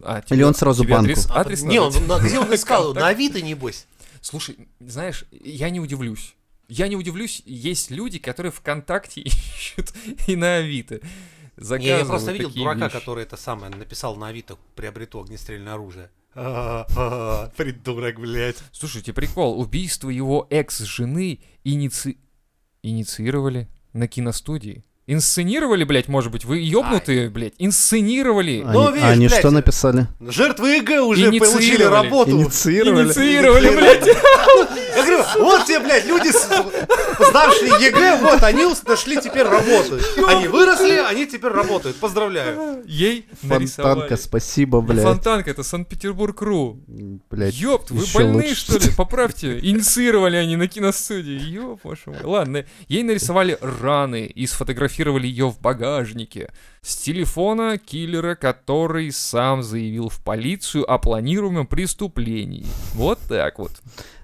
D: А,
C: Или он сразу
D: тебе
C: банку?
D: Адрес,
A: А,
D: адрес
A: Не,
D: надо?
A: он на- где он искал? На Авито, небось?
D: Слушай, знаешь, я не удивлюсь. Я не удивлюсь, есть люди, которые ВКонтакте ищут и на Авито.
A: Не, я
D: Заказывают
A: просто видел
D: такие
A: дурака,
D: вещи.
A: который это самое написал на Авито, приобрету огнестрельное оружие. А, Придурок, блядь.
D: Слушайте, прикол, убийство его экс-жены иници... инициировали на киностудии. Инсценировали, блядь, может быть, вы ёбнутые, блядь, инсценировали.
A: Ну,
C: Они-
A: видишь,
C: а Они
A: блядь,
C: что написали?
A: Жертвы ЕГЭ уже
D: Инициировали.
A: получили работу.
C: Инициировали?
D: Инициировали, блядь.
A: Я говорю, вот тебе, блядь, люди, с- сдавшие ЕГЭ, вот они ус- нашли теперь работу. Они выросли, они теперь работают. Поздравляю.
D: Ей нарисовали.
C: Фонтанка, спасибо, блядь.
D: Фонтанка, это Санкт-Петербург-Ру.
C: Блядь,
D: Ёпт, вы
C: ещё
D: больные,
C: лучше,
D: что ли? Поправьте. Инициировали они на киностудии. Ёп, вашу мать. Ладно, ей нарисовали раны и сфотографировали ее в багажнике. С телефона киллера, который сам заявил в полицию о планируемом преступлении. Вот так вот.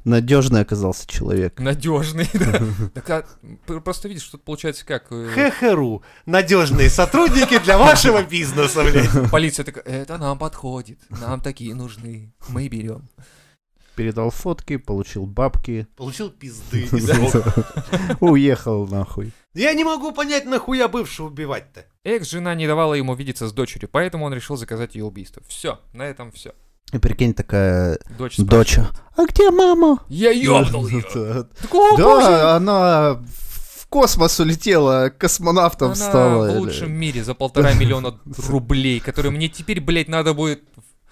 C: Надежный оказался человек.
D: Надежный, да. Так, а, п- просто видишь, что получается как... э,
A: Хехеру. Надежные сотрудники для вашего бизнеса, блядь.
D: Полиция такая, это нам подходит, нам такие нужны, мы берем.
C: Передал фотки, получил бабки,
A: Получил пизды. из окна.
C: уехал нахуй.
A: Я не могу понять, нахуя бывшего убивать-то.
D: Экс-жена не давала ему видеться с дочерью, поэтому он решил заказать ее убийство. Все, на этом все.
C: И прикинь, такая
D: Дочь
C: доча. А где мама?
D: Я ёбнул её.
C: Да,
D: Такого боже.
C: Да, она в космос улетела, космонавтом
D: Она
C: стала.
D: в
C: или-
D: лучшем мире за полтора миллиона рублей, которые мне теперь, блядь, надо будет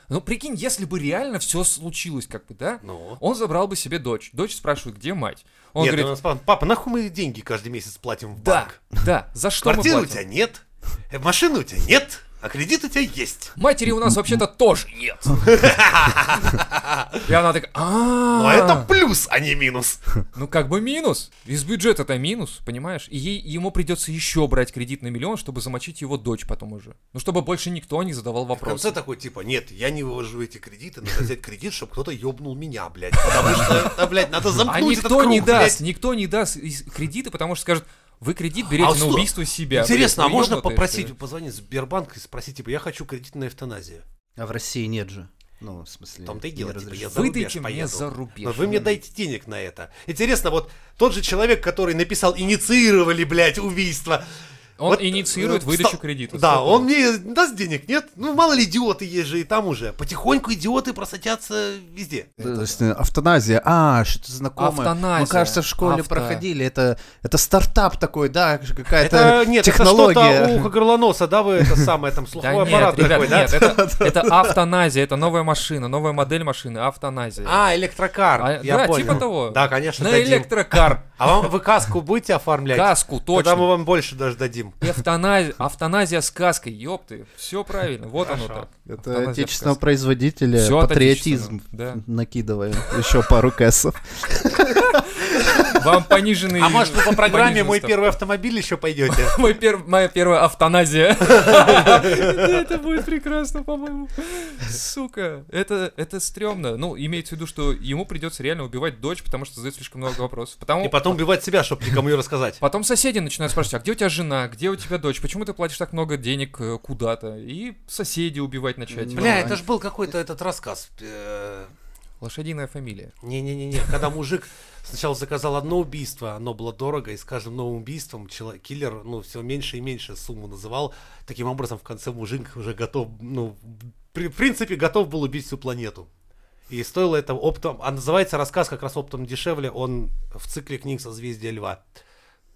D: Ну, прикинь, если бы реально все случилось, как бы, да?
A: Ну.
D: Он забрал бы себе дочь. Дочь спрашивает, где мать? Он
A: нет,
D: говорит,
A: у нас папа, папа, нахуй мы деньги каждый месяц платим в
D: да,
A: банк?
D: да, за что мы
A: Квартиры у
D: платим?
A: тебя нет, э, машины у тебя нет, а кредит у тебя есть.
D: Матери у нас вообще-то тоже нет. И она такая,
A: Но
D: а
A: это плюс, Ну, а не минус.
D: Ну как бы минус. Из бюджета это минус, понимаешь? И ей, ему придется еще брать кредит на миллион, чтобы замочить его дочь потом уже. Ну чтобы больше никто не задавал
A: В конце
D: вопросы.
A: такой, типа, нет, я не вывожу эти кредиты, надо взять кредит, чтобы кто-то ёбнул меня, блядь. Потому что, да, блядь, надо
D: А
A: замкнуть этот
D: никто не
A: круг, блядь.
D: даст, никто не даст из- кредиты, потому что скажет, вы кредит берете на
A: что?
D: убийство себя.
A: Интересно, а
D: Блядь, вы
A: можно
D: ёбнутые,
A: попросить,
D: что ли?
A: позвонить в Сбербанк и спросить, типа, я хочу кредит на эвтаназию.
C: А в России нет же. Ну, в смысле,
A: В том-то и
C: не
A: дело, типа, я за ну.
C: разрешено.
A: рубеж
D: Выдайте мне
A: поеду.
D: за рубеж.
A: Но вы мне дайте денег на это. Интересно, вот тот же человек, который написал «инициировали, блядь, убийство»,
D: Он
A: Вот,
D: инициирует
A: э,
D: выдачу
A: вста-
D: кредита.
A: Да,
D: стопудово.
A: он мне даст денег, нет? Ну, мало ли идиоты есть же и там уже. Потихоньку идиоты просатятся везде.
C: Да, то есть, э, Автоназия. А, что-то знакомое. Мы,
D: Автоназия.
C: кажется, в школе
D: Авто.
C: проходили. Это, это стартап такой, да, какая-то
A: Это, нет, это что-то
C: технология.
A: у горлоноса, да, вы это самое, там,
D: Да
A: слуховой
D: нет,
A: аппарат
D: ребят,
A: такой, да?
D: нет, это, это автоназия, это новая машина, новая модель машины, автоназия.
A: А, электрокар,
D: А,
A: я
D: да,
A: понял.
D: типа того.
A: Да, конечно,
D: На
A: дадим.
D: электрокар.
A: А вам вы каску будете оформлять?
D: Каску,
A: Тогда мы
D: точно.
A: вам больше даже дадим.
D: И автоназия, автоназия с каской, ёпты. Все правильно, вот оно так.
C: Это
D: Автоназия
C: отечественного
D: с каской.
C: производителя,
D: Всё от
C: патриотизм.
D: отечественного,
C: Накидываем еще пару кэсов.
D: Вам пониженный...
A: А может, вы по программе
D: пониженный
A: «Мой
D: ставка.
A: первый автомобиль» еще пойдете?
D: Мой пер- Моя первая автоназия. Да, Это будет прекрасно, по-моему. Сука, это, это стрёмно. Ну, имеется в виду, что ему придется реально убивать дочь, потому что задает слишком много вопросов. Потому
A: И потом убивать себя, чтобы никому не рассказать.
D: Потом соседи начинают спрашивать, а где у тебя жена, где у тебя дочь, почему ты платишь так много денег э, куда-то? И соседи убивать начать.
A: Бля, это же был какой-то этот рассказ. э,
D: Лошадиная фамилия.
A: Не-не-не, когда мужик сначала заказал одно убийство, оно было дорого, и с каждым новым убийством чело- киллер, ну, все меньше и меньше сумму называл. Таким образом, в конце мужик уже готов, ну, при- в принципе, готов был убить всю планету. И стоило это оптом, а называется рассказ как раз оптом дешевле, он в цикле книг «Созвездие льва».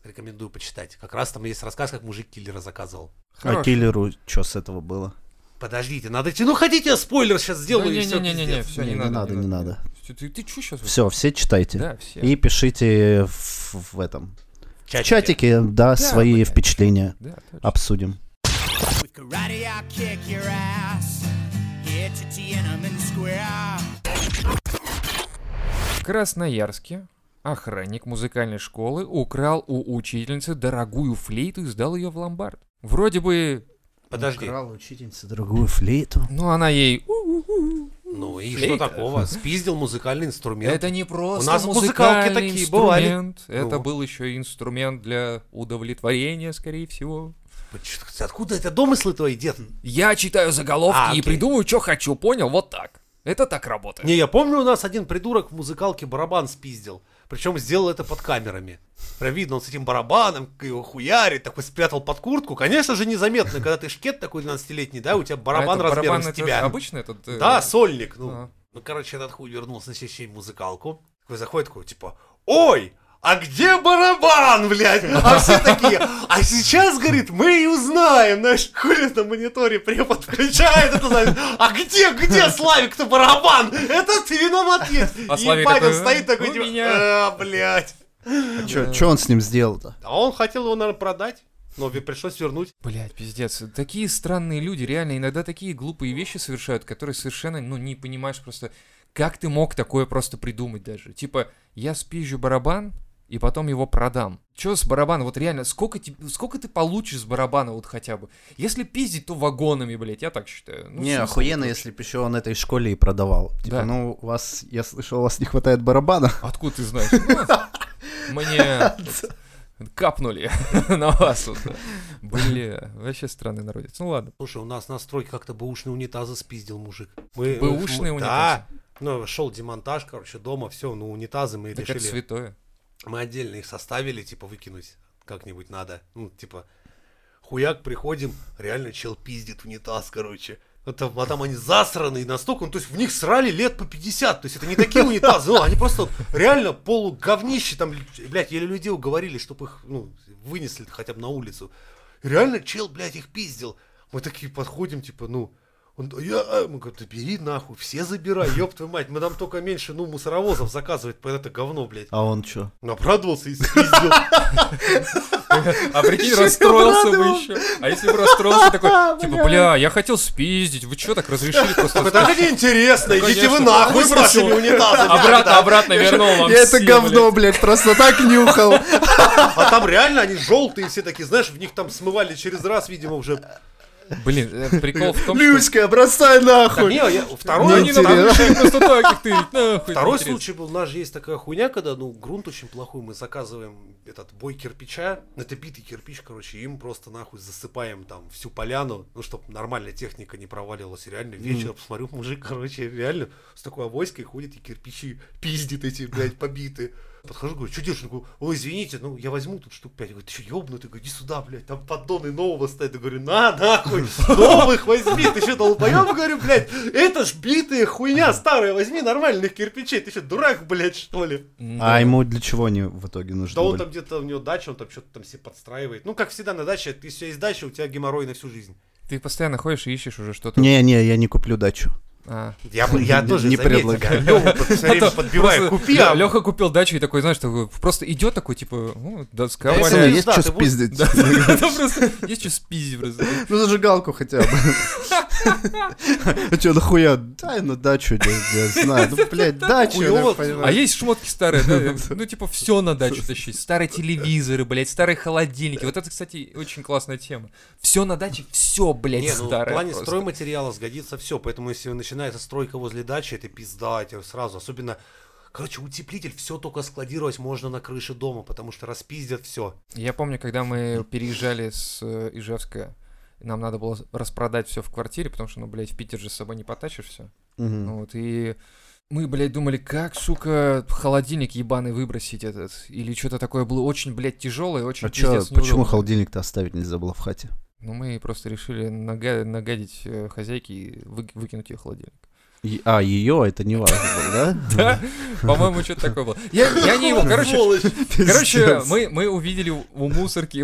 A: Рекомендую почитать. Как раз там есть рассказ, как мужик киллера заказывал.
C: А
D: Хорош.
C: киллеру что с этого было?
A: Подождите, надо идти. Ну, хотите, я спойлер сейчас сделаю,
D: Ну,
A: и всё,
D: не-не-не-не,
A: пиздец.
D: все,
C: Не,
D: не
C: не
D: надо.
C: надо, не надо.
D: Ты- Ты, ты чё сейчас?
C: Все, все читайте.
D: Да, все.
C: И пишите в, в этом.
A: В
C: В чатике, да, свои
D: блядь.
C: впечатления.
D: Да, точно.
C: Обсудим.
E: With karate, I'll kick your ass. Head to Tiananmen Square.
D: В Красноярске охранник музыкальной школы украл у учительницы дорогую флейту и сдал ее в ломбард. Вроде бы,
A: Подожди.
C: учительница другую флейту.
D: ну она ей... «У,
A: Ну и
D: Флейта.
A: что такого? Спиздил музыкальный инструмент.
D: э, Это не просто
A: У нас
D: музыкальный
A: музыкалки такие бывали.
D: инструмент. Это
A: Ну.
D: был еще и инструмент для удовлетворения, скорее всего.
A: Чё- Откуда это домыслы твои, дед?
D: Я читаю заголовки
A: А,
D: и
A: окей.
D: придумываю, что хочу, понял? Вот так. Это так работает.
A: Не, я помню, у нас один придурок в музыкалке барабан спиздил. Причем сделал это под камерами. Прям видно, он с этим барабаном к- его хуярит, такой спрятал под куртку. Конечно же, незаметно, когда ты шкет такой 12-летний, да, у тебя
D: А
A: барабан
D: это
A: размером
D: барабан
A: с
D: это
A: тебя.
D: Обычно этот... э,
A: Да, сольник. Ну,
D: Ага.
A: ну, короче, этот хуй вернулся на следующий день в музыкалку. Такой заходит, такой, типа, ой, а где барабан, блядь? А все такие, а сейчас, говорит, мы и узнаем. Знаешь, хули на мониторе препод включает это, знаешь, а где, где, Славик-то барабан? Это ты виноват есть.
D: А
A: И
D: Славик
A: Павел
D: такой,
A: стоит такой,
D: «У
A: типа,
D: меня».
A: «А, блядь.
D: Э,
C: Че он с ним сделал-то?
A: А он хотел его, наверное, продать, но ви- пришлось вернуть.
D: Блять, пиздец. Такие странные люди, реально, иногда такие глупые вещи совершают, которые совершенно, ну, не понимаешь просто, как ты мог такое просто придумать даже. Типа, я спизжу барабан, и потом его продам. Чё с барабана? Вот реально, сколько, ти- сколько ты получишь с барабана вот хотя бы? Если пиздить, то вагонами, блять, я так считаю. Ну,
C: не,
D: смысл
C: охуенно,
D: вообще?
C: если бы еще он этой школе и продавал. Типа,
D: Да.
C: ну, у вас, я слышал, у вас не хватает барабана.
D: Откуда ты знаешь? Ну, Мне капнули на вас. тут. Бля, вообще странный народец. Ну ладно.
A: Слушай, у нас на стройке как-то бэушные унитазы спиздил мужик. Мы,
D: Бэушные
A: мы-
D: унитазы?
A: Да. Ну, шел демонтаж, короче, дома, все, ну, унитазы мы
D: Так это
A: решили.
D: святое.
A: Мы отдельно их составили, типа, выкинуть как-нибудь надо. Ну, типа, хуяк, приходим, реально чел пиздит унитаз, короче. А там, а там они засраны, и настолько, ну, то есть в них срали лет по 50, то есть это не такие унитазы, ну, они просто вот реально полуговнище, там, блядь, еле людей уговорили, чтобы их, ну, вынесли хотя бы на улицу. Реально чел, блядь, их пиздил. Мы такие подходим, типа, ну, Он, я, э, мы говорим, да бери нахуй, все забирай, ёб твою мать, мы нам только меньше, ну, мусоровозов заказывать под это говно, блядь.
C: А он что?
A: Ну, Обрадовался и спиздил.
D: А прикинь, расстроился бы еще. А если бы расстроился такой, типа, бля, я хотел спиздить, вы что так разрешили просто
A: Такой, так это интересно, идите вы
D: конечно.
A: нахуй с вашими унитазами.
D: Обратно, обратно вернул вам
C: Я это
D: все,
C: говно, блядь, просто так нюхал.
A: А там реально они желтые все такие, знаешь, в них там смывали через раз, видимо, уже.
D: блядь. Блин, э, прикол в том, что...
C: Люська, бросай
A: Да
C: нахуй.
A: не, я-
D: Ну,
A: второй,
D: они нам
C: интересно.
D: решили просто так их тырить, нахуй.
A: Второй
D: Интересно.
A: случай был, у нас же есть такая хуйня, когда, ну, грунт очень плохой, мы заказываем этот бой кирпича, Ну, это битый кирпич, короче, им просто нахуй засыпаем там всю поляну, ну, чтобы нормальная техника не провалилась, реально, вечером посмотрю, мужик, короче, реально с такой авоськой ходит и кирпичи пиздит эти, блядь, побитые. Подхожу, говорю, что делаешь? Он говорит, ой, извините, ну, я возьму тут штук пять. Я говорю, ты что, ёбнутый? Говорю, иди сюда, блядь, там поддоны нового стоят. Я говорю, на, нахуй, новых возьми, ты что, долбоёб? Говорю, блядь, это ж битая хуйня старая, возьми нормальных кирпичей, ты что, дурак, блядь, что ли?
C: А ему для чего они в итоге
A: Да
C: нужны
A: он
C: были?
A: там где-то, у него дача, он там что-то там себе подстраивает. Ну, как всегда на даче, ты если есть дача, у тебя геморрой на всю жизнь.
D: Ты постоянно ходишь и ищешь уже что-то.
C: Не-не, я не куплю дачу.
D: А.
A: Я, бы- я
C: Не-
A: тоже
C: не
A: заметил,
C: предлагаю.
A: Лёва под- всё время подбиваю, купи, а
D: Леха купил дачу и такой, знаешь, такой, просто идет такой, типа, ну, доска
A: Да,
C: Пацаны,
A: блядь,
C: есть
D: валяется.
A: да,
C: что
A: ты будешь-
C: спиздить?
D: Там просто есть что спиздить просто.
C: Ну, зажигалку хотя бы. А чё, нахуя? Дай на дачу, я, я знаю. Ну, блядь, дачу,
A: Хуёво.
C: я
D: А
C: понимаю.
D: есть шмотки старые, да? Ну, типа, все на дачу тащить. Старые телевизоры, блядь, старые холодильники. Вот это, кстати, очень классная тема. Все на даче, все, блядь,
A: Не, ну, в
D: старое.
A: плане
D: просто.
A: стройматериала сгодится все, поэтому если начинается стройка возле дачи, это пизда, я тебе сразу, особенно... Короче, утеплитель все только складировать можно на крыше дома, потому что распиздят все.
D: Я помню, когда мы переезжали с э, Ижевска, нам надо было распродать все в квартире, потому что, ну, блядь, в Питер же с собой не потащишь все.
C: Мгм.
D: Вот, и мы, блядь, думали, как, сука, холодильник ебаный выбросить этот. Или что-то такое было очень, блядь, тяжелое, очень
C: А чё,
D: пиздец
C: почему
D: неудобно.
C: холодильник-то оставить нельзя было в хате?
D: Ну, мы просто решили нага- нагадить э, хозяйке и вы- выкинуть ее холодильник.
C: И- А, ее это не важно, было, да?
D: Да, по-моему, что-то такое было. Я, я не его, короче, короче, мы, мы увидели у мусорки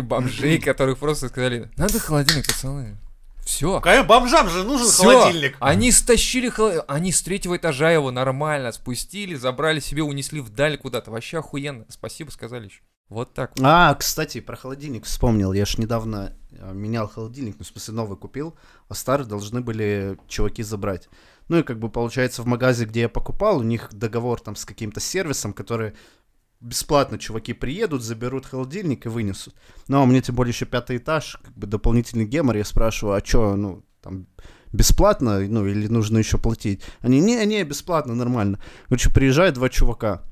D: бомжей, которых просто сказали, надо холодильник, пацаны. Все.
A: Какая бомжам же нужен
D: Всё.
A: холодильник.
D: Они стащили холодильник. Они с третьего этажа его нормально спустили, забрали себе, унесли вдаль куда-то. Вообще охуенно. Спасибо, сказали еще. Вот так. вот.
C: А, кстати, про холодильник вспомнил. Я ж недавно э, менял холодильник, ну, в смысле, новый купил, а старый должны были чуваки забрать. Ну и как бы получается в магазе, где я покупал, у них договор там с каким-то сервисом, который бесплатно чуваки приедут, заберут холодильник и вынесут. Ну, а мне тем более еще пятый этаж, как бы дополнительный гемор, я спрашиваю, а что, ну, там, бесплатно, ну, или нужно еще платить? Они, не, не, бесплатно, нормально. Короче, приезжают два чувака.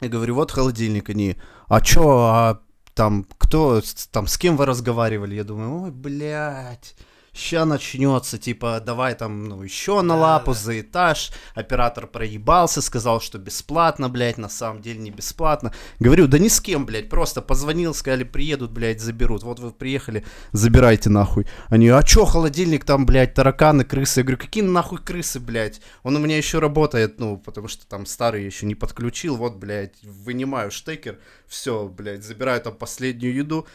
C: Я говорю, вот холодильник, они, а чё, а там, кто, с- там, с кем вы разговаривали? Я думаю, ой, блядь, ща начнется, типа, давай там, ну, еще на лапу за этаж. Оператор проебался, сказал, что бесплатно, блядь, на самом деле не бесплатно. Говорю, да ни с кем, блядь, просто позвонил, сказали, приедут, блядь, заберут. Вот вы приехали, забирайте нахуй. Они, а чё, холодильник там, блядь, тараканы, крысы? Я говорю, какие нахуй крысы, блядь? Он у меня еще работает, ну, потому что там старый еще не подключил. Вот, блядь, вынимаю штекер, все, блядь, забираю там последнюю еду,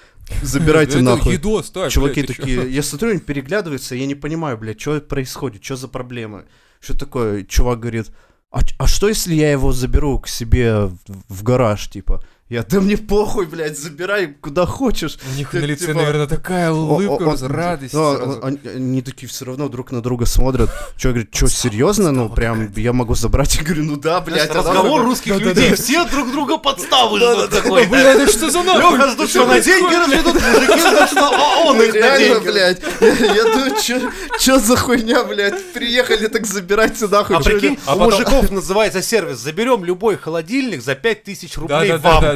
C: забирайте
D: Это
C: нахуй.
D: Еду оставь.
C: Чуваки
D: блядь, ты чё?
C: такие, я смотрю, они переглядываются, я не понимаю, блядь, что происходит, что за проблемы. Что такое? Чувак говорит, а, ч- а что если я его заберу к себе в, в гараж, типа? Я, да мне похуй, блядь, забирай куда хочешь.
D: У них
C: Ты-
D: на лице,
C: типа,
D: наверное, такая улыбка, а,
C: О- о-
D: раз-
C: он-
D: радость.
C: ну, он-
D: сразу.
C: он- они такие все равно друг на друга смотрят. Чувак говорит, что, серьезно? Ну, прям, я могу забрать? Я говорю, ну да, блядь. а
A: Разговор
C: нахуй?»
A: русских людей, все друг друга подставы ждут такой.
D: Бля, это что за нахуй?
A: Лёха ждут, что на деньги разведут, мужики ждут, что а он их на
C: Реально,
A: деньги.
C: блядь. Я, я думаю, что за хуйня, блядь? Приехали, так забирайте нахуй.
A: А
C: Чё
A: прикинь,
C: ли-
A: у мужиков называется сервис. Заберем любой холодильник за 5000
D: Да,
A: рублей
D: да,
A: вам.
D: да, да.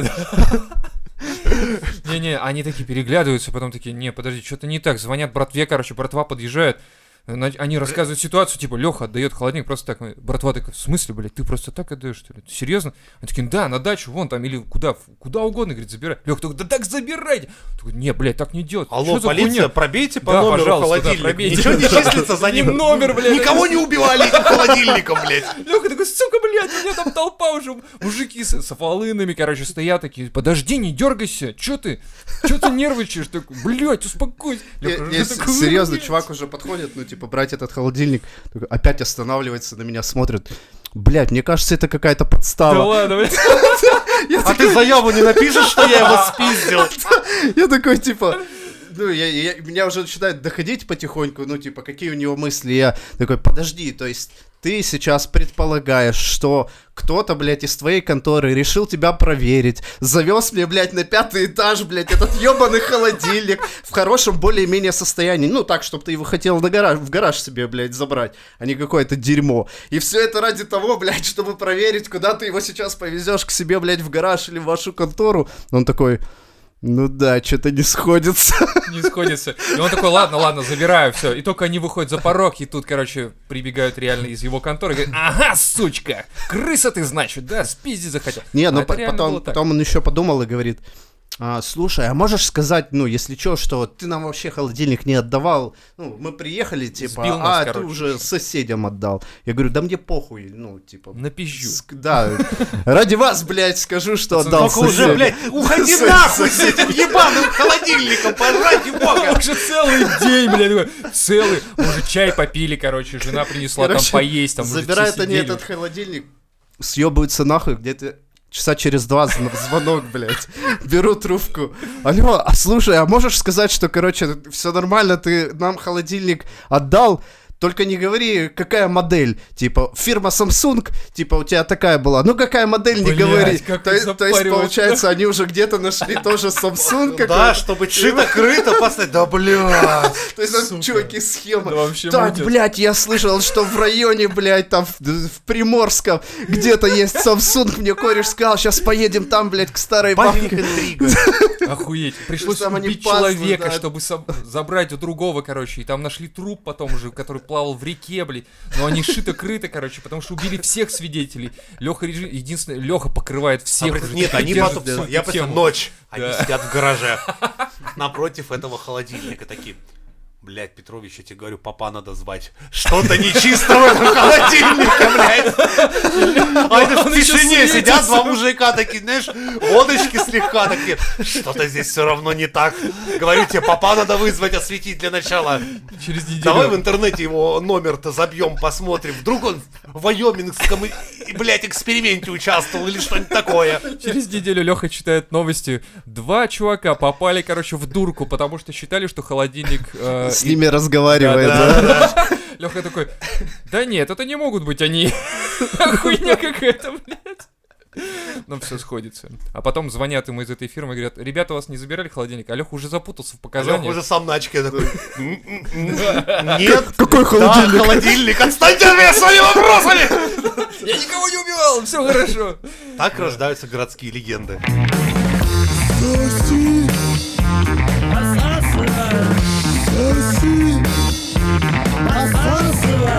D: Не-не, они такие переглядываются, потом такие, не, подожди, что-то не так. Звонят братве, короче, братва подъезжает. на- Они рассказывают ситуацию, типа, Леха отдает холодильник просто так. Мы- Братва такая, в смысле, блядь, ты просто так отдаешь, что ли? Ты серьезно? Они такие, да, на дачу, вон там, или куда, куда угодно, говорит, забирай. Леха такой, да так забирайте. Такой, не, блядь, так не делать.
A: Алло,
D: Чё за
A: полиция,
D: хуйня?»
A: пробейте по
D: Да,
A: номеру
D: пожалуйста, да,
A: холодильник.
D: пробейте.
A: Ничего не числится за
D: Им
A: ним.
D: номер, блядь.
A: Никого не убивали этим холодильником, блядь.
D: Леха такой, сука, блядь, у меня там толпа уже. Мужики с, с волынами, короче, стоят такие, подожди, не дергайся, чё ты? Чё ты нервничаешь? Такой, блядь, успокойся.
C: Не-
D: Лёха
C: не,
D: уже
C: с-
D: такой,
C: серьезно,
D: «Блядь».
C: чувак уже подходит, ну, типа, брать этот холодильник, такой, опять останавливается на меня, смотрит. Блять, мне кажется, это какая-то
D: Да
C: подстава.
D: ладно, блядь.
C: Я
A: А ты заяву не напишешь, что я его спиздил?
C: Я такой, типа, ну, я, я- меня уже начинает доходить потихоньку, ну, типа, какие у него мысли, я такой, подожди, то есть ты сейчас предполагаешь, что кто-то, блядь, из твоей конторы решил тебя проверить, завез мне, блядь, на пятый этаж, блядь, этот ебаный холодильник в хорошем более-менее состоянии, ну, так, чтобы ты его хотел на гараж, в гараж себе, блядь, забрать, а не какое-то дерьмо. И все это ради того, блядь, чтобы проверить, куда ты его сейчас повезешь к себе, блядь, в гараж или в вашу контору. Он такой, ну да, что-то не сходится.
D: не сходится. И он такой, ладно, ладно, забираю, все. И только они выходят за порог, и тут, короче, прибегают реально из его конторы и говорят, ага, сучка, крыса ты, значит, да, спизди захотел.
C: Не,
D: А
C: но
D: это реально было
C: потом,
D: так.
C: потом он еще подумал и говорит, «А, слушай, а можешь сказать, ну, если что, что ты нам вообще холодильник не отдавал? Ну, мы приехали, типа,
D: Сбил нас,
C: а ты
D: короче,
C: уже
D: вообще».
C: соседям отдал. Я говорю, да мне похуй, ну, типа...
D: Напизжу.
C: ск- Да, ради вас, блядь, скажу, что отдал
A: Только уже,
C: соседям».
A: блядь, уходи нахуй с этим ебаным холодильником, пожрать бога!
D: Уже целый день, блядь, такой, целый. Мы уже чай попили, короче, жена принесла
C: Короче,
D: там поесть, там уже
C: забирают
D: все
C: они
D: сидели.
C: этот холодильник, съебываются нахуй где-то часа через два зн- звонок, блядь. Беру трубку. Алло, а слушай, а можешь сказать, что, короче, все нормально, ты нам холодильник отдал, только не говори, какая модель. Типа, фирма Samsung, типа, у тебя такая была. Ну, какая модель, не
D: Блядь,
C: говори.
D: как
C: То,
D: их
C: есть- то есть,
D: запаривают,
C: получается, они уже где-то нашли тоже Samsung
A: Да,
C: какой-то.
A: чтобы чито-крыто поставить. Да, блядь.
C: То есть там, чуваки, схема.
D: Да вообще
C: так,
D: мутят.
C: блядь, я слышал, что в районе, блядь, там в, в Приморском где-то есть Samsung. Мне кореш сказал, сейчас поедем там, блядь, к старой
A: Маленькая
C: бабке.
A: интрига.
D: Охуеть. Пришлось
C: Там они
D: убить
C: паслы,
D: человека,
C: да.
D: чтобы соб- забрать у другого, короче. И там нашли труп потом уже, который плавал в реке, блин. Но они шито-крыто, короче, потому что убили всех свидетелей. Леха Единственное, Леха покрывает всех. уже,
A: Нет, они
D: держит
A: потом...
D: всю эту
A: Я просто
D: тему.
A: ночь. Они
D: Да.
A: сидят в гараже напротив этого холодильника такие. Блядь, Петрович, я тебе говорю, папа надо звать. Что-то нечисто в этом холодильнике, блядь. А это
D: Он
A: в
D: ещё
A: тишине
D: светится.
A: сидят два мужика такие, знаешь, водочки слегка такие. Что-то здесь все равно не так. Говорю тебе, папа надо вызвать, осветить для начала.
D: Через неделю.
A: Давай в интернете его номер-то забьем, посмотрим. Вдруг он в Вайомингском, и- и, блядь, эксперименте участвовал или что-нибудь такое.
D: Через неделю Леха читает новости. Два чувака попали, короче, в дурку, потому что считали, что холодильник... э,
C: С
D: и-
C: ними разговаривает, да?
D: Леха такой, да нет, это не могут быть они. А Хуйня какая-то, блядь. Ну, все сходится. А потом звонят ему из этой фирмы и говорят, ребята, у вас не забирали холодильник? А Леха уже запутался в
A: Лёха
D: показаниях.
A: уже сам на очке такой. «М-м-м, Нет,
C: Какой
A: да,
C: холодильник?
A: холодильник, отстаньте от меня своими вопросами!
D: Я никого не убивал, все хорошо.
A: Так рождаются городские легенды.
F: Соси, соси,